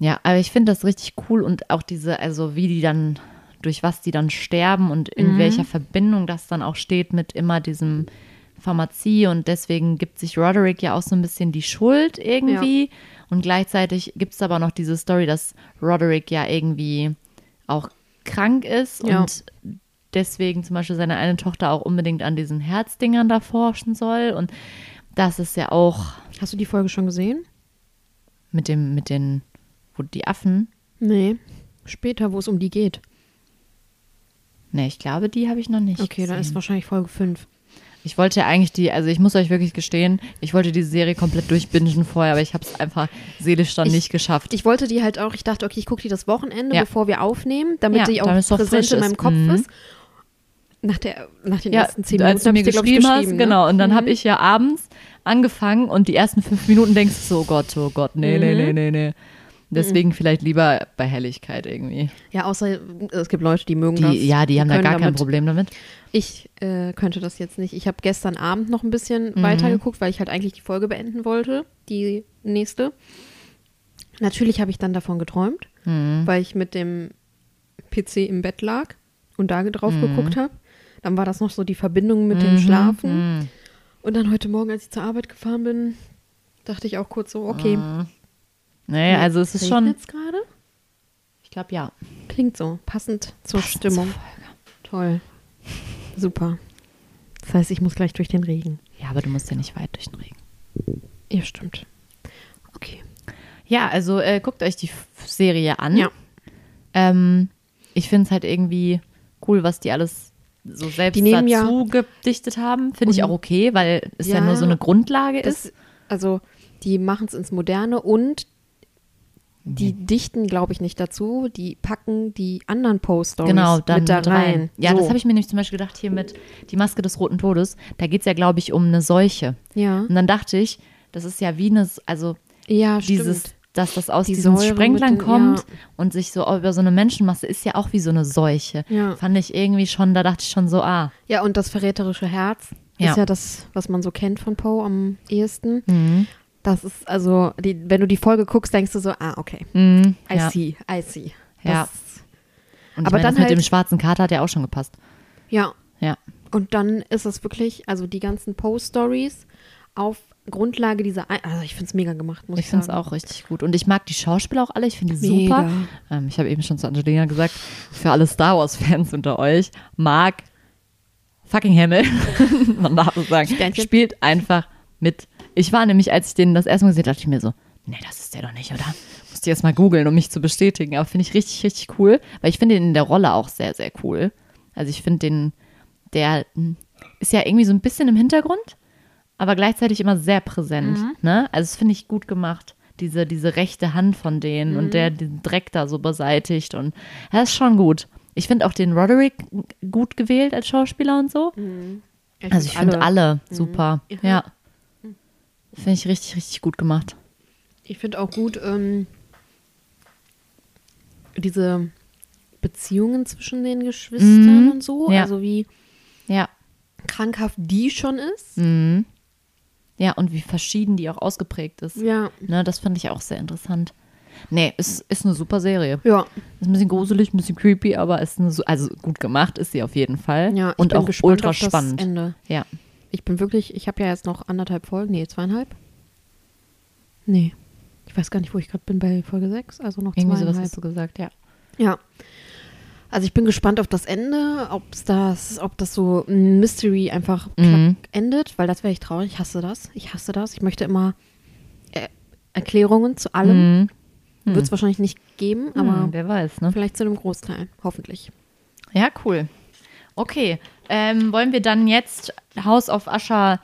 Speaker 1: Ja, aber ich finde das richtig cool und auch diese, also wie die dann, durch was die dann sterben und in welcher Verbindung das dann auch steht mit immer diesem Pharmazie und deswegen gibt sich Roderick ja auch so ein bisschen die Schuld irgendwie und gleichzeitig gibt es aber noch diese Story, dass Roderick ja irgendwie auch krank ist
Speaker 2: Ja.
Speaker 1: und deswegen zum Beispiel seine eine Tochter auch unbedingt an diesen Herzdingern da forschen soll und das ist ja auch
Speaker 2: Hast du die Folge schon gesehen?
Speaker 1: mit dem, mit den, wo die Affen
Speaker 2: Nee. Später, wo es um die geht.
Speaker 1: Ne, ich glaube, die habe ich noch nicht.
Speaker 2: Okay, dann ist
Speaker 1: gesehen.
Speaker 2: wahrscheinlich Folge 5.
Speaker 1: Ich wollte ja eigentlich die, also ich muss euch wirklich gestehen, ich wollte diese Serie komplett durchbingen vorher, aber ich habe es einfach seelisch dann
Speaker 2: Ich-
Speaker 1: nicht geschafft.
Speaker 2: Ich wollte die halt auch, ich dachte, okay, ich gucke die das Wochenende,
Speaker 1: Ja.
Speaker 2: bevor wir aufnehmen, damit
Speaker 1: Ja,
Speaker 2: die auch
Speaker 1: damit es noch frisch
Speaker 2: präsent in meinem
Speaker 1: ist.
Speaker 2: Kopf
Speaker 1: Mhm.
Speaker 2: ist. Nach, der, nach den ersten zehn Minuten
Speaker 1: als du
Speaker 2: hab
Speaker 1: mir
Speaker 2: ich dir, glaub ich,
Speaker 1: geschrieben hast,
Speaker 2: geschrieben, ne?
Speaker 1: genau. Und dann habe ich ja abends angefangen und die ersten fünf Minuten denkst du so, oh Gott, oh Gott, nee, nee,
Speaker 2: Mhm.
Speaker 1: nee, nee, nee. Deswegen vielleicht lieber bei Helligkeit irgendwie.
Speaker 2: Ja, außer äh, es gibt Leute, die mögen
Speaker 1: Die,
Speaker 2: das.
Speaker 1: ja, die haben da
Speaker 2: können
Speaker 1: gar kein
Speaker 2: damit.
Speaker 1: Problem damit.
Speaker 2: Ich äh, könnte das jetzt nicht. Ich habe gestern Abend noch ein bisschen
Speaker 1: Mhm.
Speaker 2: weitergeguckt, weil ich halt eigentlich die Folge beenden wollte, die nächste. Natürlich habe ich dann davon geträumt,
Speaker 1: Mhm.
Speaker 2: weil ich mit dem PC im Bett lag und da drauf
Speaker 1: Mhm.
Speaker 2: geguckt habe. Dann war das noch so die Verbindung mit dem Schlafen.
Speaker 1: Mhm.
Speaker 2: Und dann heute Morgen, als ich zur Arbeit gefahren bin, dachte ich auch kurz so, okay.
Speaker 1: Nee, also es ist schon,
Speaker 2: regnet's gerade?
Speaker 1: ich glaube ja.
Speaker 2: Klingt so, passend zur
Speaker 1: Passend zur
Speaker 2: Stimmung. Toll. Super. Das heißt, ich muss gleich durch den Regen.
Speaker 1: Ja, aber du musst ja nicht weit durch den Regen.
Speaker 2: Ja, stimmt. Okay.
Speaker 1: Ja, also äh, guckt euch die F Serie an.
Speaker 2: Ja.
Speaker 1: Ähm, ich finde es halt irgendwie cool, was die alles so selbst
Speaker 2: Die nehmen ja-
Speaker 1: dazu gedichtet haben. Finde ich
Speaker 2: Und-
Speaker 1: auch okay, weil es ja,
Speaker 2: Ja,
Speaker 1: nur so eine Grundlage
Speaker 2: Das,
Speaker 1: ist.
Speaker 2: also, die machen es ins Moderne und die dichten, glaube ich, nicht dazu. Die packen die anderen Post-Stories
Speaker 1: Genau, dann
Speaker 2: mit da rein.
Speaker 1: Ja,
Speaker 2: so.
Speaker 1: das habe ich mir nämlich zum Beispiel gedacht hier mit Die Maske des Roten Todes. Da geht es ja, glaube ich, um eine Seuche.
Speaker 2: Ja,
Speaker 1: Und dann dachte ich, das ist ja wie eine, S- also
Speaker 2: ja stimmt.
Speaker 1: dieses, dass das aus
Speaker 2: Die
Speaker 1: diesen
Speaker 2: Säure mit
Speaker 1: Sprenglern
Speaker 2: den-
Speaker 1: kommt
Speaker 2: ja.
Speaker 1: und sich so über so eine Menschenmasse ist ja auch wie so eine Seuche.
Speaker 2: Ja.
Speaker 1: Fand ich irgendwie schon, da dachte ich schon so, ah.
Speaker 2: ja, und das verräterische Herz
Speaker 1: Ja. Hm.
Speaker 2: ist ja das, was man so kennt von Poe am ehesten.
Speaker 1: mhm,
Speaker 2: Das ist also, die, wenn du die Folge guckst, denkst du so, ah, okay.
Speaker 1: Mhm,
Speaker 2: I
Speaker 1: ja.
Speaker 2: see, I see.
Speaker 1: Ja.
Speaker 2: Das,
Speaker 1: Und
Speaker 2: Aber
Speaker 1: ich meine,
Speaker 2: dann
Speaker 1: das mit
Speaker 2: halt-
Speaker 1: dem schwarzen Kater hat ja auch schon gepasst.
Speaker 2: ja,
Speaker 1: Ja.
Speaker 2: Und dann ist es wirklich, also die ganzen Post-Stories auf Grundlage dieser. Ein also ich finde es mega gemacht, muss ich,
Speaker 1: Ich finde es
Speaker 2: sagen.
Speaker 1: auch richtig gut. Und ich mag die Schauspieler auch alle. Ich finde die
Speaker 2: Mega.
Speaker 1: super. Ähm, ich habe eben schon zu Angelina gesagt, für alle Star Wars-Fans unter euch, mag fucking Hamill, man darf es sagen,
Speaker 2: Sternchen.
Speaker 1: spielt einfach mit. Ich war nämlich, als ich den das erste Mal gesehen habe, dachte ich mir so, nee, das ist der doch nicht, oder? Musste ich erst mal googeln, um mich zu bestätigen. Aber finde ich richtig, richtig cool, weil ich finde ihn in der Rolle auch sehr, sehr cool. Also ich finde den, der hm, ist ja irgendwie so ein bisschen im Hintergrund, aber gleichzeitig immer sehr präsent. Ne? Also das finde ich gut gemacht. Diese, diese rechte Hand von denen und der den Dreck da so beseitigt und das ist schon gut. Ich finde auch den Roderick gut gewählt als Schauspieler und so. Also ich finde alle super.
Speaker 2: Mhm.
Speaker 1: Ja. Finde ich richtig, richtig gut gemacht.
Speaker 2: Ich finde auch gut ähm, diese Beziehungen zwischen den Geschwistern und so.
Speaker 1: Mhm. Ja.
Speaker 2: Also wie
Speaker 1: Ja.
Speaker 2: krankhaft die schon ist.
Speaker 1: Mhm. Ja, und wie verschieden die auch ausgeprägt ist.
Speaker 2: Ja.
Speaker 1: Ne, das fand ich auch sehr interessant. Nee, es ist eine super Serie.
Speaker 2: Ja.
Speaker 1: Ist ein bisschen gruselig, ein bisschen creepy, aber ist eine, su- also gut gemacht ist sie auf jeden Fall.
Speaker 2: ja ich
Speaker 1: und
Speaker 2: bin
Speaker 1: auch
Speaker 2: gespannt
Speaker 1: ultra
Speaker 2: auf das
Speaker 1: spannend.
Speaker 2: Ende.
Speaker 1: Ja.
Speaker 2: Ich bin wirklich, ich habe ja jetzt noch anderthalb Folgen, nee, zweieinhalb. Nee. Ich weiß gar nicht, wo ich gerade bin bei Folge 6, also noch
Speaker 1: Irgendwie sowas
Speaker 2: zweieinhalb.
Speaker 1: hast du gesagt, ja.
Speaker 2: Ja. Also ich bin gespannt auf das Ende, ob's das, ob das so ein Mystery einfach
Speaker 1: Mhm.
Speaker 2: klack endet, weil das wäre ich traurig. Ich hasse das. Ich hasse das. Ich möchte immer äh, Erklärungen zu
Speaker 1: Mhm.
Speaker 2: allem. Wird's Wird es wahrscheinlich nicht geben, aber
Speaker 1: Hm, wer weiß, ne?
Speaker 2: vielleicht zu einem Großteil, hoffentlich.
Speaker 1: Ja, cool. Okay. Ähm, wollen wir dann jetzt House of Usher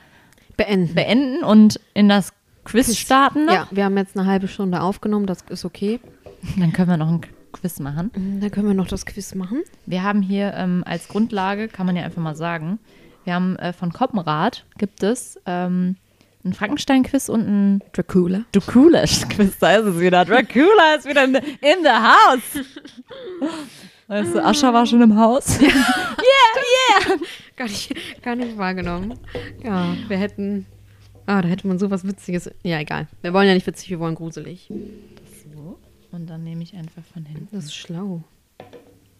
Speaker 2: Beenden.
Speaker 1: beenden und in das Quiz starten? noch?
Speaker 2: Ja, wir haben jetzt eine halbe Stunde aufgenommen, das ist okay.
Speaker 1: Dann können wir noch ein Quiz machen.
Speaker 2: Dann können wir noch das Quiz machen.
Speaker 1: Wir haben hier ähm, als Grundlage, kann man ja einfach mal sagen, wir haben äh, von Koppenrad gibt es ähm, ein Frankenstein-Quiz und ein
Speaker 2: Dracula.
Speaker 1: Dracula-Quiz. Da ist es wieder. Dracula ist wieder in the, in the house. Weißt du, Ascha war schon im Haus.
Speaker 2: Gar nicht, gar nicht wahrgenommen. Ja, wir hätten. Ah, da hätte man sowas Witziges. Ja, egal. Wir wollen ja nicht witzig, wir wollen gruselig.
Speaker 1: Und dann nehme ich einfach von hinten.
Speaker 2: Das ist schlau.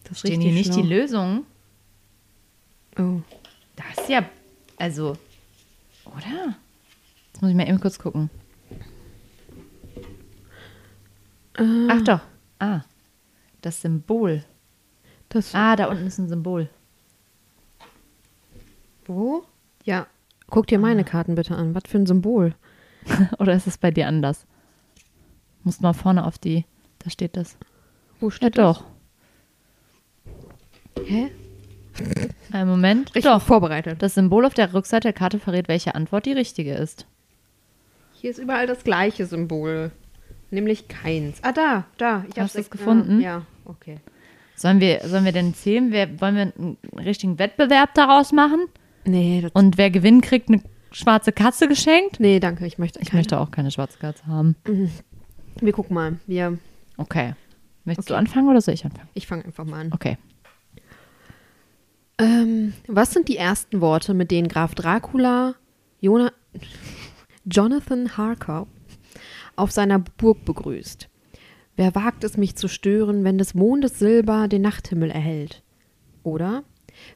Speaker 2: Das ist
Speaker 1: Stehen hier nicht
Speaker 2: schlau.
Speaker 1: die Lösung?
Speaker 2: Oh.
Speaker 1: Das ist ja, also, oder? Jetzt muss ich mal eben kurz gucken. Ach doch. Ah, das Symbol.
Speaker 2: Das
Speaker 1: Ah, da unten ist ein Symbol.
Speaker 2: Wo? Ja. Ah. Guck dir meine Karten bitte an. Was für ein Symbol.
Speaker 1: oder ist es bei dir anders? Musst mal vorne auf die, da steht das.
Speaker 2: Wo
Speaker 1: Ja,
Speaker 2: steht
Speaker 1: doch.
Speaker 2: das? Hä?
Speaker 1: Einen Moment.
Speaker 2: Richtig
Speaker 1: Doch.
Speaker 2: vorbereitet.
Speaker 1: Das Symbol auf der Rückseite der Karte verrät, welche Antwort die richtige ist.
Speaker 2: Hier ist überall das gleiche Symbol. Nämlich keins. Ah, da, da.
Speaker 1: Hast
Speaker 2: Ich hab's
Speaker 1: du's
Speaker 2: ex-
Speaker 1: gefunden?
Speaker 2: Ja, okay.
Speaker 1: Sollen wir, sollen wir denn zählen? Wer, wollen wir einen richtigen Wettbewerb daraus machen?
Speaker 2: Nee, das
Speaker 1: Und wer gewinnt, kriegt eine schwarze Katze geschenkt?
Speaker 2: nee danke. Ich möchte
Speaker 1: Ich
Speaker 2: keine.
Speaker 1: möchte auch keine schwarze Katze haben.
Speaker 2: Wir gucken mal. Wir,
Speaker 1: Okay. Möchtest du
Speaker 2: Okay.
Speaker 1: anfangen oder soll ich anfangen?
Speaker 2: ich fange einfach mal an.
Speaker 1: Okay.
Speaker 2: Ähm, was sind die ersten Worte, mit denen Graf Dracula Jona Jonathan Harker auf seiner Burg begrüßt? Wer wagt es, mich zu stören, wenn des Mondes Silber den Nachthimmel erhellt? Oder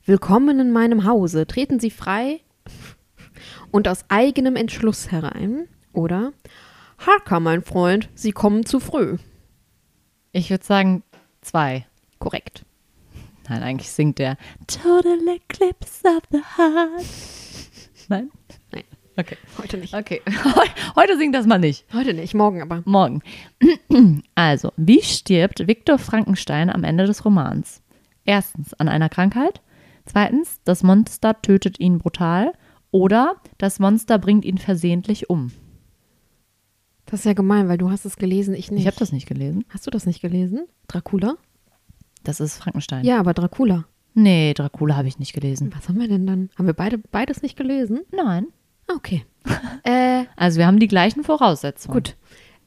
Speaker 2: Willkommen in meinem Hause, treten Sie frei und aus eigenem Entschluss herein? Oder Harker, mein Freund, Sie kommen zu früh.
Speaker 1: Ich würde sagen, zwei.
Speaker 2: Korrekt.
Speaker 1: Nein, eigentlich singt der Total Eclipse of the Heart. Nein?
Speaker 2: Nein,
Speaker 1: Okay.
Speaker 2: heute nicht.
Speaker 1: Okay. Heute singt das mal nicht.
Speaker 2: Heute nicht, morgen aber.
Speaker 1: Morgen. Also, wie stirbt Viktor Frankenstein am Ende des Romans? Erstens, an einer Krankheit. Zweitens, das Monster tötet ihn brutal. Oder das Monster bringt ihn versehentlich um.
Speaker 2: Das ist ja gemein, weil du hast es gelesen, ich nicht.
Speaker 1: Ich habe das nicht gelesen.
Speaker 2: Hast du das nicht gelesen? Dracula?
Speaker 1: Das ist Frankenstein.
Speaker 2: Ja, aber Dracula.
Speaker 1: Nee, Dracula habe ich nicht gelesen.
Speaker 2: Was haben wir denn dann? Haben wir beide beides nicht gelesen?
Speaker 1: Nein.
Speaker 2: Ah, Okay. äh,
Speaker 1: Also, wir haben die gleichen Voraussetzungen.
Speaker 2: gut.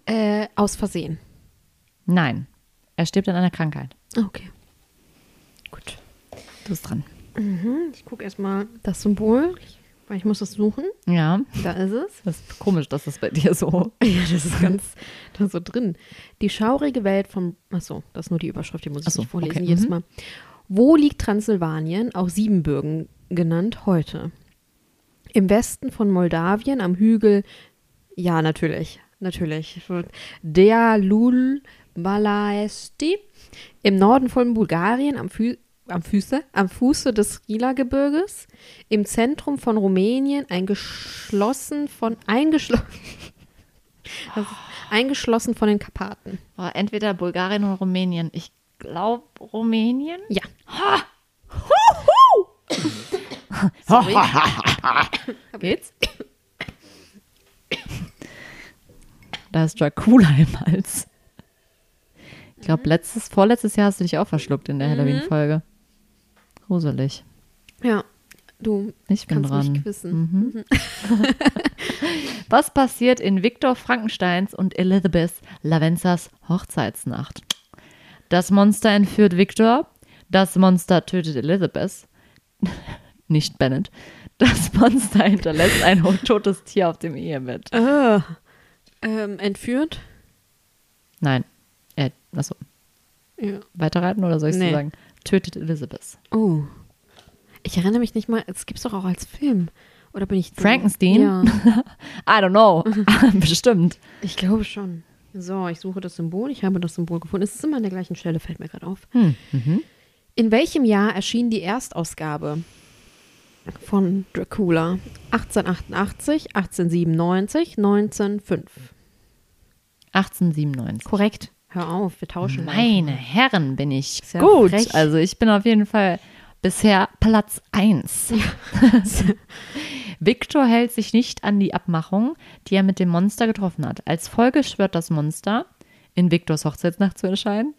Speaker 2: Äh, aus Versehen.
Speaker 1: Nein. Er stirbt an einer Krankheit.
Speaker 2: Ah, Okay. Gut.
Speaker 1: Du bist dran.
Speaker 2: Mhm, ich gucke erstmal das Symbol, weil ich muss das suchen.
Speaker 1: Ja,
Speaker 2: Da ist es.
Speaker 1: das ist komisch, dass das bei dir so.
Speaker 2: Ja, das ist ganz da so drin. Die schaurige Welt vom. Achso, das ist nur die Überschrift, die muss ich
Speaker 1: Ach so,
Speaker 2: nicht vorlesen
Speaker 1: okay,
Speaker 2: jedes
Speaker 1: mhm.
Speaker 2: Mal. Wo liegt Transsilvanien, auch Siebenbürgen genannt, heute? Im Westen von Moldawien am Hügel. Ja, natürlich, natürlich. Dealul Malaesti. Im Norden von Bulgarien am, Fü am Füße, am Fuße des Rila-Gebirges. Im Zentrum von Rumänien eingeschlossen von eingeschlossen. Das ist eingeschlossen von den Karpaten.
Speaker 1: Oh, entweder Bulgarien oder Rumänien. Ich glaube Rumänien.
Speaker 2: Ja.
Speaker 1: Sorry. Geht's? Da ist Dracula im Hals. Ich glaube, letztes, vorletztes Jahr hast du dich auch verschluckt in der Halloween-Folge. Gruselig.
Speaker 2: Ja. Du
Speaker 1: Ich bin
Speaker 2: kannst
Speaker 1: dran.
Speaker 2: mich quissen.
Speaker 1: Was passiert in Viktor Frankensteins und Elizabeth Lavenzas Hochzeitsnacht? Das Monster entführt Viktor. Das Monster tötet Elizabeth. Nicht Bennett. Das Monster hinterlässt ein totes Tier auf dem Ehebett.
Speaker 2: Äh, ähm, entführt?
Speaker 1: Nein. Äh, achso,
Speaker 2: Ja.
Speaker 1: weiterreiten oder soll ich so
Speaker 2: Nee.
Speaker 1: sagen? Tötet Elizabeth.
Speaker 2: Oh. Ich erinnere mich nicht mal, es gibt's doch auch als Film. Oder bin ich dumm?
Speaker 1: Frankenstein?
Speaker 2: Ja,
Speaker 1: I don't know. Bestimmt.
Speaker 2: ich glaube schon. So, ich suche das Symbol. Ich habe das Symbol gefunden. Es ist immer an der gleichen Stelle, fällt mir gerade auf.
Speaker 1: Hm. Mhm.
Speaker 2: In welchem Jahr erschien die Erstausgabe von Dracula? 1888, 1897, 1905.
Speaker 1: 1897.
Speaker 2: Korrekt. Hör auf, wir tauschen.
Speaker 1: Meine Herren, bin ich
Speaker 2: Ist ja
Speaker 1: gut.
Speaker 2: frech.
Speaker 1: Also ich bin auf jeden Fall bisher Platz 1. Victor hält sich nicht an die Abmachung, die er mit dem Monster getroffen hat. Als Folge schwört das Monster, in Victors Hochzeitsnacht zu erscheinen,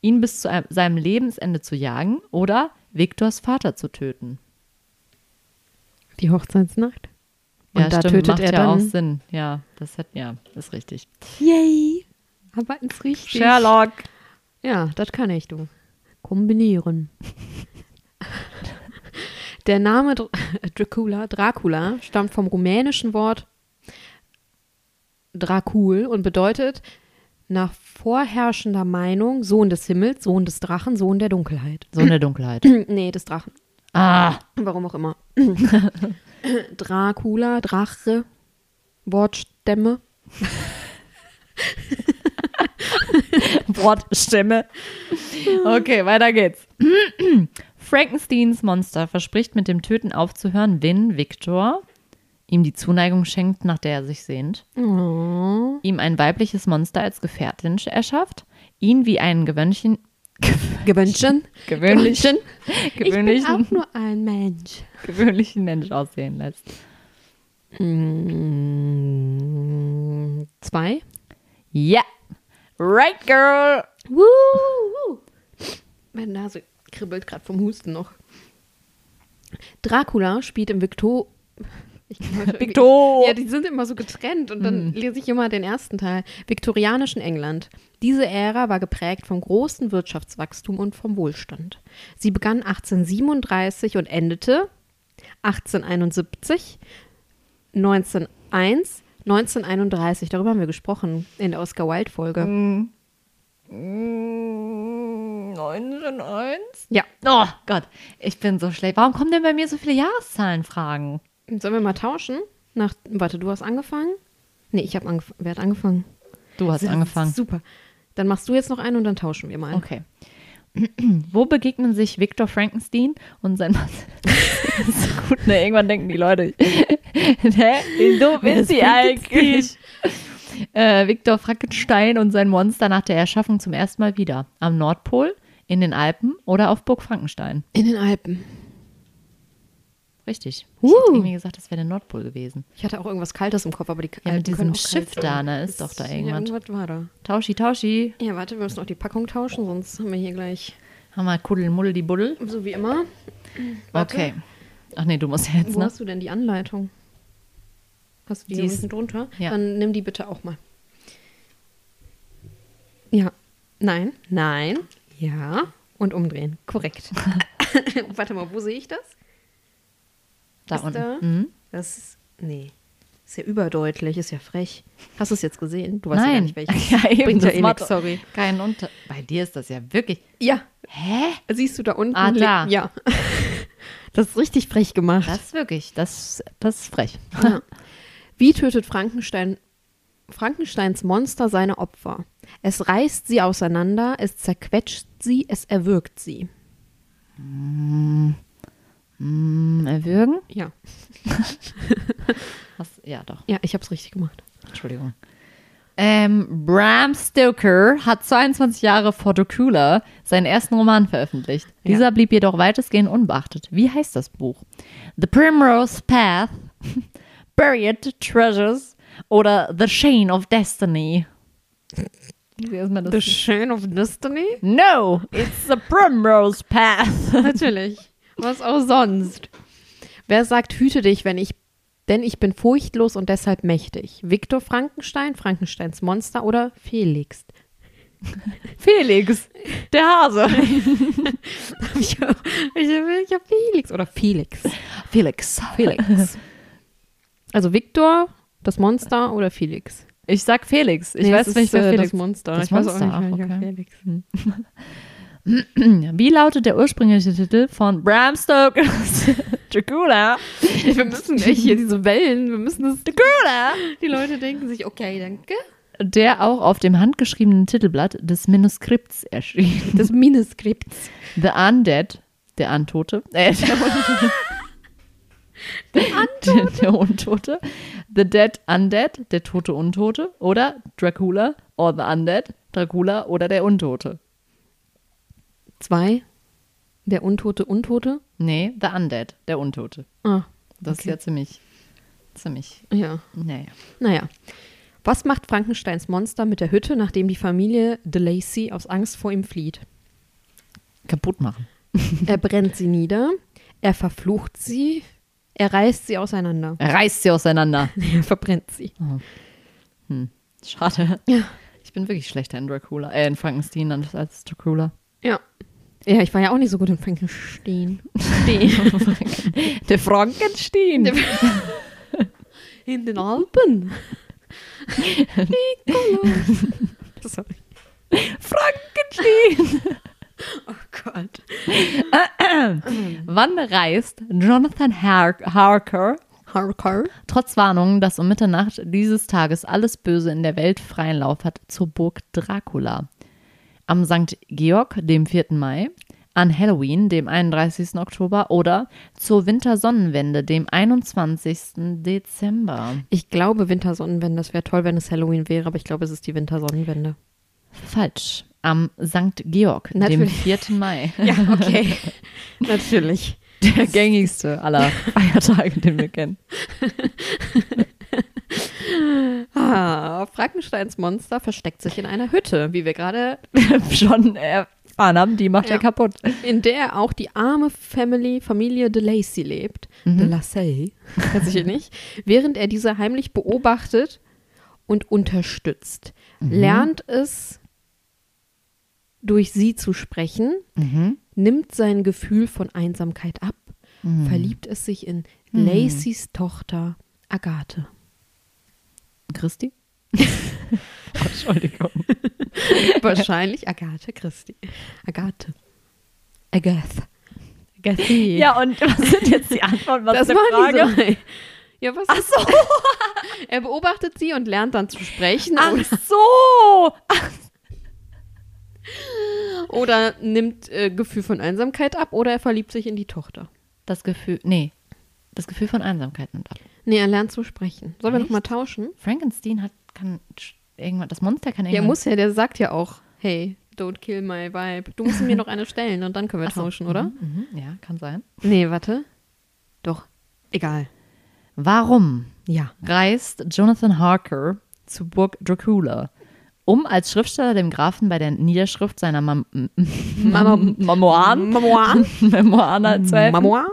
Speaker 1: ihn bis zu einem- seinem Lebensende zu jagen oder Victors Vater zu töten.
Speaker 2: Die Hochzeitsnacht. Und
Speaker 1: ja,
Speaker 2: da
Speaker 1: stimmt,
Speaker 2: tötet
Speaker 1: macht
Speaker 2: er
Speaker 1: ja auch
Speaker 2: dann.
Speaker 1: Sinn. Ja, das hat, ja, ist richtig.
Speaker 2: Yay! Aber ins richtig.
Speaker 1: Sherlock.
Speaker 2: Ja, das kann ich, du. Kombinieren. Der Name Dr Dracula, Dracula stammt vom rumänischen Wort Dracul und bedeutet nach vorherrschender Meinung Sohn des Himmels, Sohn des Drachen, Sohn der Dunkelheit.
Speaker 1: So eine Dunkelheit.
Speaker 2: nee, des Drachen.
Speaker 1: Ah,
Speaker 2: Warum auch immer. Dracula, Drache, Wortstämme.
Speaker 1: Wortstämme. Okay, weiter geht's. Frankensteins Monster verspricht mit dem Töten aufzuhören, wenn Victor ihm die Zuneigung schenkt, nach der er sich sehnt, ihm ein weibliches Monster als Gefährtin erschafft, ihn wie einen gewöhnlichen,
Speaker 2: Gewünschen.
Speaker 1: gewöhnlichen,
Speaker 2: Ich bin
Speaker 1: gewöhnlichen,
Speaker 2: auch nur ein Mensch.
Speaker 1: gewöhnlichen Mensch aussehen lässt.
Speaker 2: Zwei.
Speaker 1: Ja, right girl.
Speaker 2: Woo! Meine Nase kribbelt gerade vom Husten noch. Dracula spielt im Victor. Ich kann heute irgendwie-
Speaker 1: Victor.
Speaker 2: Ja, die sind immer so getrennt und dann lese ich immer den ersten Teil. Viktorianischen England. Diese Ära war geprägt vom großen Wirtschaftswachstum und vom Wohlstand. Sie begann 1837 und endete 1871, 1901, 1931. Darüber haben wir gesprochen in der Oscar Wilde Folge.
Speaker 1: 19.1.
Speaker 2: Ja,
Speaker 1: Oh Gott, ich bin so schlecht. Warum kommen denn bei mir so viele Jahreszahlenfragen?
Speaker 2: Sollen wir mal tauschen? Nach, warte, du hast angefangen? Nee, ich habe angefangen. Wer hat angefangen?
Speaker 1: Du hast angefangen.
Speaker 2: Super. Dann machst du jetzt noch einen und dann tauschen wir mal.
Speaker 1: Okay. Wo begegnen sich Victor Frankenstein und sein Mann? das ist so gut, ne? Irgendwann denken die Leute, hä? Wie doof
Speaker 2: Wer
Speaker 1: ist
Speaker 2: ist
Speaker 1: sie eigentlich? Äh, Victor Frankenstein und sein Monster nach der Erschaffung zum ersten Mal wieder. Am Nordpol, in den Alpen oder auf Burg Frankenstein.
Speaker 2: In den Alpen.
Speaker 1: Richtig. Ich hätte
Speaker 2: Uh.
Speaker 1: irgendwie gesagt, das wäre der Nordpol gewesen.
Speaker 2: Ich hatte auch irgendwas Kaltes im Kopf, aber die K-
Speaker 1: Ja, mit
Speaker 2: Alpen können
Speaker 1: diesem
Speaker 2: auch
Speaker 1: Schiff
Speaker 2: kalt
Speaker 1: da,
Speaker 2: sein.
Speaker 1: ne? Ist doch da
Speaker 2: Ja,
Speaker 1: irgendwas.
Speaker 2: irgendwas war da.
Speaker 1: Tauschi, tauschi.
Speaker 2: Ja, warte, wir müssen noch die Packung tauschen, sonst haben wir hier gleich,
Speaker 1: Haben wir Kuddel, Muddel, die Buddel.
Speaker 2: so wie immer. Warte.
Speaker 1: Okay. Ach nee, du musst ja jetzt,
Speaker 2: Wo
Speaker 1: ne?
Speaker 2: hast du denn die Anleitung? Hast du die,
Speaker 1: Die
Speaker 2: hier
Speaker 1: ist-
Speaker 2: unten drunter?
Speaker 1: ja.
Speaker 2: Dann nimm die bitte auch mal. Ja. Nein. Nein. Ja. Und umdrehen. Korrekt. Warte mal, wo sehe ich das?
Speaker 1: Da
Speaker 2: ist
Speaker 1: unten.
Speaker 2: Da?
Speaker 1: Mhm.
Speaker 2: Das ist. Nee. Ist ja überdeutlich, ist ja frech. Hast du es jetzt gesehen? Du weißt ja gar
Speaker 1: Nein.
Speaker 2: nicht, welches.
Speaker 1: Ja, eben,
Speaker 2: Bringt ja
Speaker 1: das
Speaker 2: eh
Speaker 1: macht
Speaker 2: nix, sorry.
Speaker 1: Kein Unter. Bei dir ist das ja wirklich.
Speaker 2: Ja.
Speaker 1: Hä?
Speaker 2: Siehst du da unten?
Speaker 1: Ah, da.
Speaker 2: Ja. Das ist richtig frech gemacht.
Speaker 1: Das ist wirklich, das, das ist frech.
Speaker 2: Ja. Wie tötet Frankenstein Frankensteins Monster seine Opfer? Es reißt sie auseinander, es zerquetscht sie, es erwürgt sie.
Speaker 1: Hm, erwürgen?
Speaker 2: Ja,
Speaker 1: Hast, ja, doch.
Speaker 2: ja, ich habe es richtig gemacht.
Speaker 1: Entschuldigung. Ähm, Bram Stoker hat 22 Jahre vor Dracula seinen ersten Roman veröffentlicht.
Speaker 2: Ja.
Speaker 1: Dieser blieb jedoch weitestgehend unbeachtet. Wie heißt das Buch? The Primrose Path, Buried Treasures oder The Chain of Destiny? Muss ich erstmal das-
Speaker 2: Chain of Destiny?
Speaker 1: No, it's the Primrose Path.
Speaker 2: Natürlich. Was auch sonst. Wer sagt, hüte dich, wenn ich, denn ich bin furchtlos und deshalb mächtig? Viktor Frankenstein, Frankensteins Monster oder Felix?
Speaker 1: Felix, der Hase.
Speaker 2: ich habe ich hab Felix oder Felix.
Speaker 1: Felix,
Speaker 2: Felix. Also Viktor, das Monster oder Felix?
Speaker 1: Ich sag Felix. Ich
Speaker 2: Nee,
Speaker 1: weiß
Speaker 2: es
Speaker 1: nicht,
Speaker 2: ist,
Speaker 1: wer
Speaker 2: äh,
Speaker 1: Felix
Speaker 2: Das Monster.
Speaker 1: Das
Speaker 2: ich weiß
Speaker 1: Monster,
Speaker 2: auch nicht,
Speaker 1: okay. Hm,
Speaker 2: welcher Felix.
Speaker 1: Wie lautet der ursprüngliche Titel von Bram Stokers Dracula?
Speaker 2: Wir müssen echt hier diese Wellen, wir müssen das.
Speaker 1: Dracula!
Speaker 2: Die Leute denken sich, okay, danke.
Speaker 1: Der auch auf dem handgeschriebenen Titelblatt des Manuskripts erschien.
Speaker 2: Das Miniskript.
Speaker 1: The Undead, der Antote. Äh, der Untote. Der, der Untote. The Dead Undead, der tote Untote. Oder Dracula or the Undead, Dracula oder der Untote.
Speaker 2: Zwei. Der Untote, Untote.
Speaker 1: Nee, The Undead, der Untote.
Speaker 2: Ah,
Speaker 1: Das ist ja ziemlich, ziemlich,
Speaker 2: ja.
Speaker 1: naja.
Speaker 2: Naja. Was macht Frankensteins Monster mit der Hütte, nachdem die Familie de Lacy aus Angst vor ihm flieht?
Speaker 1: Kaputt machen.
Speaker 2: Er brennt sie nieder, er verflucht sie, er reißt sie auseinander.
Speaker 1: Er reißt sie auseinander.
Speaker 2: Er verbrennt sie.
Speaker 1: Schade.
Speaker 2: Ja.
Speaker 1: Ich bin wirklich schlechter in Dracula, äh, in Frankenstein als- als Dracula.
Speaker 2: Ja. Ja, ich war ja auch nicht so gut in Frankenstein.
Speaker 1: Der Frankenstein.
Speaker 2: In den Alpen. Nikolaus. Das hat
Speaker 1: Frankenstein!
Speaker 2: Oh Gott.
Speaker 1: Wann reist Jonathan Har Harker
Speaker 2: Hardcore.
Speaker 1: trotz Warnungen, dass um Mitternacht dieses Tages alles Böse in der Welt freien Lauf hat, zur Burg Dracula. Am St. Georg, dem 4. Mai, an Halloween, dem 31. Oktober oder zur Wintersonnenwende, dem 21. Dezember.
Speaker 2: Ich glaube Wintersonnenwende. Das wäre toll, wenn es Halloween wäre, aber ich glaube, es ist die Wintersonnenwende.
Speaker 1: Falsch. Am St. Georg, dem
Speaker 2: Natürlich.
Speaker 1: 4. Mai.
Speaker 2: Ja, okay. Natürlich.
Speaker 1: Der gängigste aller Feiertage, den wir kennen.
Speaker 2: Ah, Frankensteins Monster versteckt sich in einer Hütte, wie wir gerade,
Speaker 1: Schon erfahren haben, die macht er
Speaker 2: Ja.
Speaker 1: kaputt.
Speaker 2: in der auch die arme Family, Familie de Lacy lebt. De Lacy, weiß ich ja nicht. Während er diese heimlich beobachtet und unterstützt, lernt es durch sie zu sprechen, Mhm. nimmt sein Gefühl von Einsamkeit ab,
Speaker 1: Mhm.
Speaker 2: verliebt es sich in Lacys Tochter Agathe.
Speaker 1: Christi? Entschuldigung.
Speaker 2: Wahrscheinlich Agathe Christi. Agathe. Agathe. Agathe.
Speaker 1: Ja, und was sind jetzt die Antworten? Was
Speaker 2: das
Speaker 1: ist eine
Speaker 2: war
Speaker 1: Frage?
Speaker 2: die so. Ja, was? Ach so. er beobachtet sie und lernt dann zu sprechen oder,
Speaker 1: Ach so!
Speaker 2: oder nimmt äh, Gefühl von Einsamkeit ab oder er verliebt sich in die Tochter.
Speaker 1: Das Gefühl, nee, das Gefühl von Einsamkeit nimmt ab.
Speaker 2: Nee, er lernt zu sprechen. Sollen wir
Speaker 1: Echt?
Speaker 2: nochmal tauschen?
Speaker 1: Frankenstein hat, kann sch- irgendwann, das Monster kann
Speaker 2: Ja,
Speaker 1: irgendwann.
Speaker 2: muss ja, der sagt ja auch, hey, don't kill my vibe. Du musst mir noch eine stellen und dann können wir
Speaker 1: Ach so.
Speaker 2: tauschen, oder?
Speaker 1: Mhm, mhm, ja, kann sein.
Speaker 2: Nee, warte. Doch. Egal.
Speaker 1: Warum
Speaker 2: Ja.
Speaker 1: reist Jonathan Harker zu Burg Dracula, um als Schriftsteller dem Grafen bei der Niederschrift seiner Mam M-
Speaker 2: Mama-
Speaker 1: Memoiren,
Speaker 2: Memoir.
Speaker 1: Memoiren zu helfen?
Speaker 2: Memoir.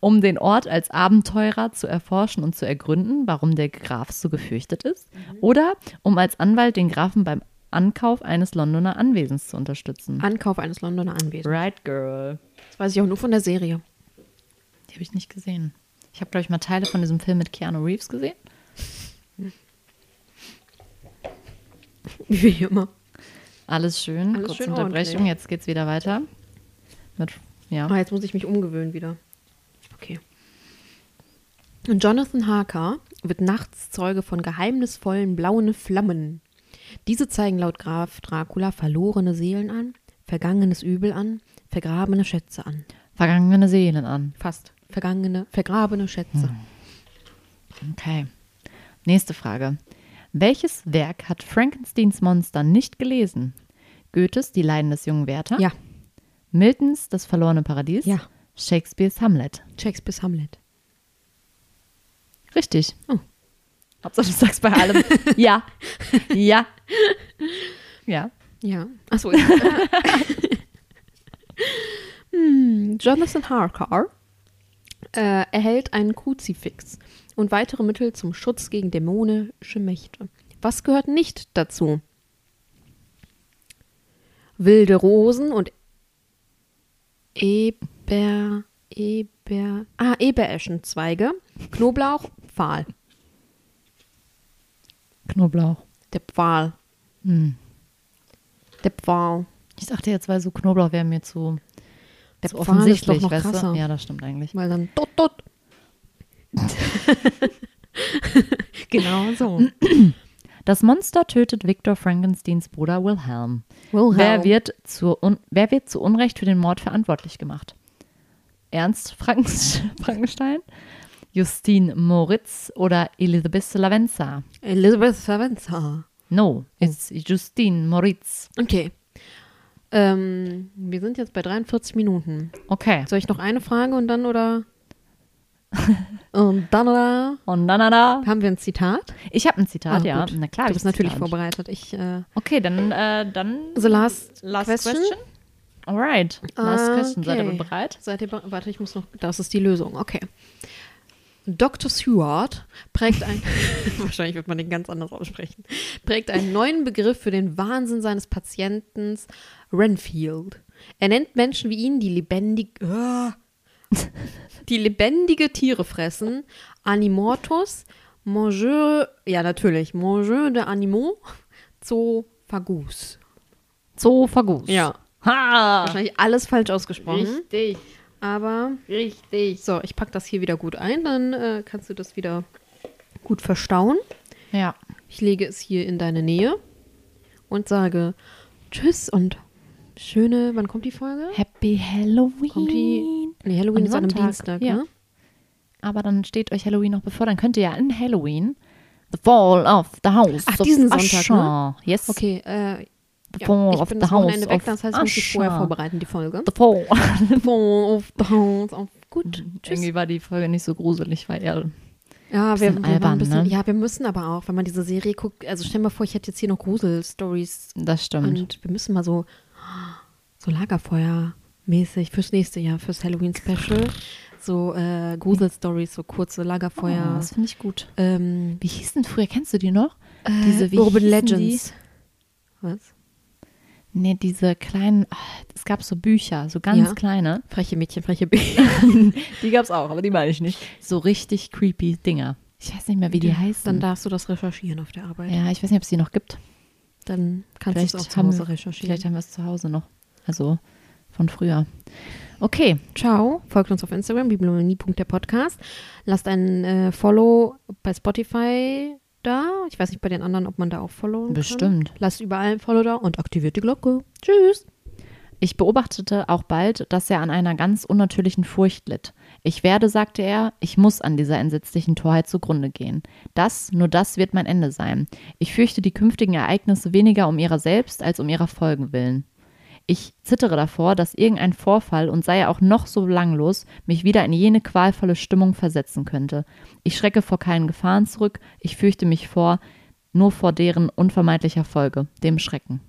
Speaker 1: um den Ort als Abenteurer zu erforschen und zu ergründen, warum der Graf so gefürchtet ist,
Speaker 2: Mhm.
Speaker 1: oder um als Anwalt den Grafen beim Ankauf eines Londoner Anwesens zu unterstützen.
Speaker 2: Ankauf eines Londoner Anwesens.
Speaker 1: Right, girl.
Speaker 2: Das weiß ich auch nur von der Serie.
Speaker 1: Die habe ich nicht gesehen. Ich habe, glaube ich, mal Teile von diesem Film mit Keanu Reeves gesehen.
Speaker 2: Wie wir immer.
Speaker 1: Alles schön.
Speaker 2: Alles
Speaker 1: Kurze
Speaker 2: schön
Speaker 1: Unterbrechung.
Speaker 2: ordentlich.
Speaker 1: Jetzt geht's wieder weiter. Mit, ja.
Speaker 2: Ah, jetzt muss ich mich umgewöhnen wieder. Okay. Und Jonathan Harker wird nachts Zeuge von geheimnisvollen blauen Flammen. Diese zeigen laut Graf Dracula verlorene Seelen an, vergangenes Übel an, vergrabene Schätze an.
Speaker 1: Vergangene Seelen an.
Speaker 2: Fast. Vergangene, vergrabene Schätze.
Speaker 1: Okay. Nächste Frage. Welches Werk hat Frankensteins Monster nicht gelesen? Goethes Die Leiden des jungen Werther?
Speaker 2: Ja,
Speaker 1: Miltons Das verlorene Paradies?
Speaker 2: Ja.
Speaker 1: Shakespeares Hamlet.
Speaker 2: Shakespeares Hamlet.
Speaker 1: Richtig.
Speaker 2: Oh.
Speaker 1: Hauptsache, du sagst bei allem ja. Ja. Ja.
Speaker 2: Ja. Achso. hm, Hm, Jonathan Harker äh, erhält einen Kruzifix und weitere Mittel zum Schutz gegen dämonische Mächte. Was gehört nicht dazu? Wilde Rosen und Eber, Eber, ah, Ebereschenzweige, Knoblauch, Pfahl.
Speaker 1: Knoblauch.
Speaker 2: Der Pfahl.
Speaker 1: Hm.
Speaker 2: Der Pfahl.
Speaker 1: Ich dachte jetzt, weil so Knoblauch wäre mir zu,
Speaker 2: Der
Speaker 1: zu
Speaker 2: Pfahl ist
Speaker 1: offensichtlich.
Speaker 2: doch noch
Speaker 1: weißt
Speaker 2: krasser.
Speaker 1: du? Ja, das stimmt eigentlich.
Speaker 2: Weil dann tot, tot. genau so.
Speaker 1: Das Monster tötet Victor Frankensteins Bruder Wilhelm. Wer wird, zu un wer wird zu Unrecht für den Mord verantwortlich gemacht? Ernst Franks- Frankenstein? Justine Moritz oder Elisabeth Lavenza?
Speaker 2: Elizabeth Savenza.
Speaker 1: No, it's Justine Moritz.
Speaker 2: Okay. Ähm, wir sind jetzt bei 43 Minuten.
Speaker 1: Okay.
Speaker 2: Soll ich noch eine Frage und dann oder? und dann oder?
Speaker 1: Und na, na, na.
Speaker 2: Haben wir ein Zitat?
Speaker 1: Ich habe ein Zitat,
Speaker 2: Ah,
Speaker 1: ja.
Speaker 2: gut.
Speaker 1: Na klar, hab
Speaker 2: Du
Speaker 1: ich
Speaker 2: bist
Speaker 1: ein
Speaker 2: natürlich
Speaker 1: Zitat.
Speaker 2: vorbereitet. Ich, äh,
Speaker 1: Okay, dann, äh, dann
Speaker 2: the last,
Speaker 1: last
Speaker 2: question.
Speaker 1: question. Alright. Last question. Seid ihr
Speaker 2: Okay.
Speaker 1: bereit?
Speaker 2: Seid ihr be Warte, ich muss noch. Das ist die Lösung. Okay. Dr. Stewart prägt ein. wahrscheinlich wird man den ganz anders aussprechen. Prägt einen neuen Begriff für den Wahnsinn seines Patienten Renfield. Er nennt Menschen wie ihn die lebendig. Ah. die lebendige Tiere fressen. Animortus. Mangeur. Ja, natürlich. Mangeur de animaux. Zoophagien. Fagus.
Speaker 1: Zoofagus.
Speaker 2: Ja.
Speaker 1: Ha!
Speaker 2: Wahrscheinlich alles falsch ausgesprochen.
Speaker 1: Richtig,
Speaker 2: Aber
Speaker 1: richtig.
Speaker 2: so, ich packe das hier wieder gut ein, dann äh, kannst du das wieder gut verstauen.
Speaker 1: Ja.
Speaker 2: Ich lege es hier in deine Nähe und sage Tschüss und schöne, wann kommt die Folge?
Speaker 1: Happy Halloween.
Speaker 2: Kommt die. Nee, Halloween
Speaker 1: Am
Speaker 2: ist an einem
Speaker 1: Sonntag,
Speaker 2: Dienstag,
Speaker 1: ja.
Speaker 2: ne?
Speaker 1: Aber dann steht euch Halloween noch bevor. Dann könnt ihr ja an Halloween The Fall of the House.
Speaker 2: Ach,
Speaker 1: of
Speaker 2: diesen Sonntag, ne?
Speaker 1: Usher. Yes.
Speaker 2: Okay, äh,
Speaker 1: The
Speaker 2: ja,
Speaker 1: Fall
Speaker 2: ich
Speaker 1: of
Speaker 2: bin
Speaker 1: the
Speaker 2: das
Speaker 1: House.
Speaker 2: Wochenende weg,
Speaker 1: of
Speaker 2: das heißt, ich muss ich
Speaker 1: Usher.
Speaker 2: vorher vorbereiten, die Folge.
Speaker 1: The Fall.
Speaker 2: The Fall of the House. Oh, gut, tschüss.
Speaker 1: Irgendwie war die Folge nicht so gruselig, weil er.
Speaker 2: Ja, wir,
Speaker 1: bisschen
Speaker 2: wir waren
Speaker 1: albern,
Speaker 2: ein bisschen,
Speaker 1: ne?
Speaker 2: ja, wir müssen aber auch, wenn man diese Serie guckt, also stell mir vor, ich hätte jetzt hier noch Grusel-Stories
Speaker 1: Das stimmt.
Speaker 2: und wir müssen mal so, so Lagerfeuer-mäßig fürs nächste Jahr, fürs Halloween-Special, so äh, Grusel-Stories, so kurze
Speaker 1: Oh,
Speaker 2: Lagerfeuer.
Speaker 1: das finde ich gut.
Speaker 2: ähm,
Speaker 1: Wie hieß denn früher? Kennst du die noch?
Speaker 2: diese
Speaker 1: wie
Speaker 2: Äh, Urban
Speaker 1: hießen
Speaker 2: Legends. Was?
Speaker 1: Die? Nee, Ne, diese kleinen. ah, es gab so Bücher, so ganz
Speaker 2: Ja.
Speaker 1: kleine.
Speaker 2: Freche Mädchen, freche Baby.
Speaker 1: Die gab es auch, aber die meine ich nicht. So richtig creepy Dinger. Ich weiß nicht mehr, wie die heißen.
Speaker 2: Dann darfst du das recherchieren auf der Arbeit.
Speaker 1: ja, ich weiß nicht, ob es die noch gibt.
Speaker 2: Dann kannst du es
Speaker 1: Vielleicht
Speaker 2: auch zu
Speaker 1: haben,
Speaker 2: Hause recherchieren.
Speaker 1: Vielleicht haben wir es zu Hause noch. Also von früher. Okay,
Speaker 2: Ciao, folgt uns auf Instagram, bibliomanie.derpodcast. Lasst ein äh, Follow bei Spotify da. Ich weiß nicht bei den anderen, ob man da auch followen kann.
Speaker 1: Bestimmt.
Speaker 2: Lasst überall ein Follow da und aktiviert die Glocke. Tschüss.
Speaker 1: ich beobachtete auch bald, dass er an einer ganz unnatürlichen Furcht litt. Ich werde, sagte er, ich muss an dieser entsetzlichen Torheit zugrunde gehen. Das, nur das wird mein Ende sein. Ich fürchte die künftigen Ereignisse weniger um ihrer selbst als um ihrer Folgen willen. Ich zittere davor, dass irgendein Vorfall, und sei er auch noch so langlos, mich wieder in jene qualvolle Stimmung versetzen könnte. Ich schrecke vor keinen Gefahren zurück, ich fürchte mich vor, nur vor deren unvermeidlicher Folge, dem Schrecken.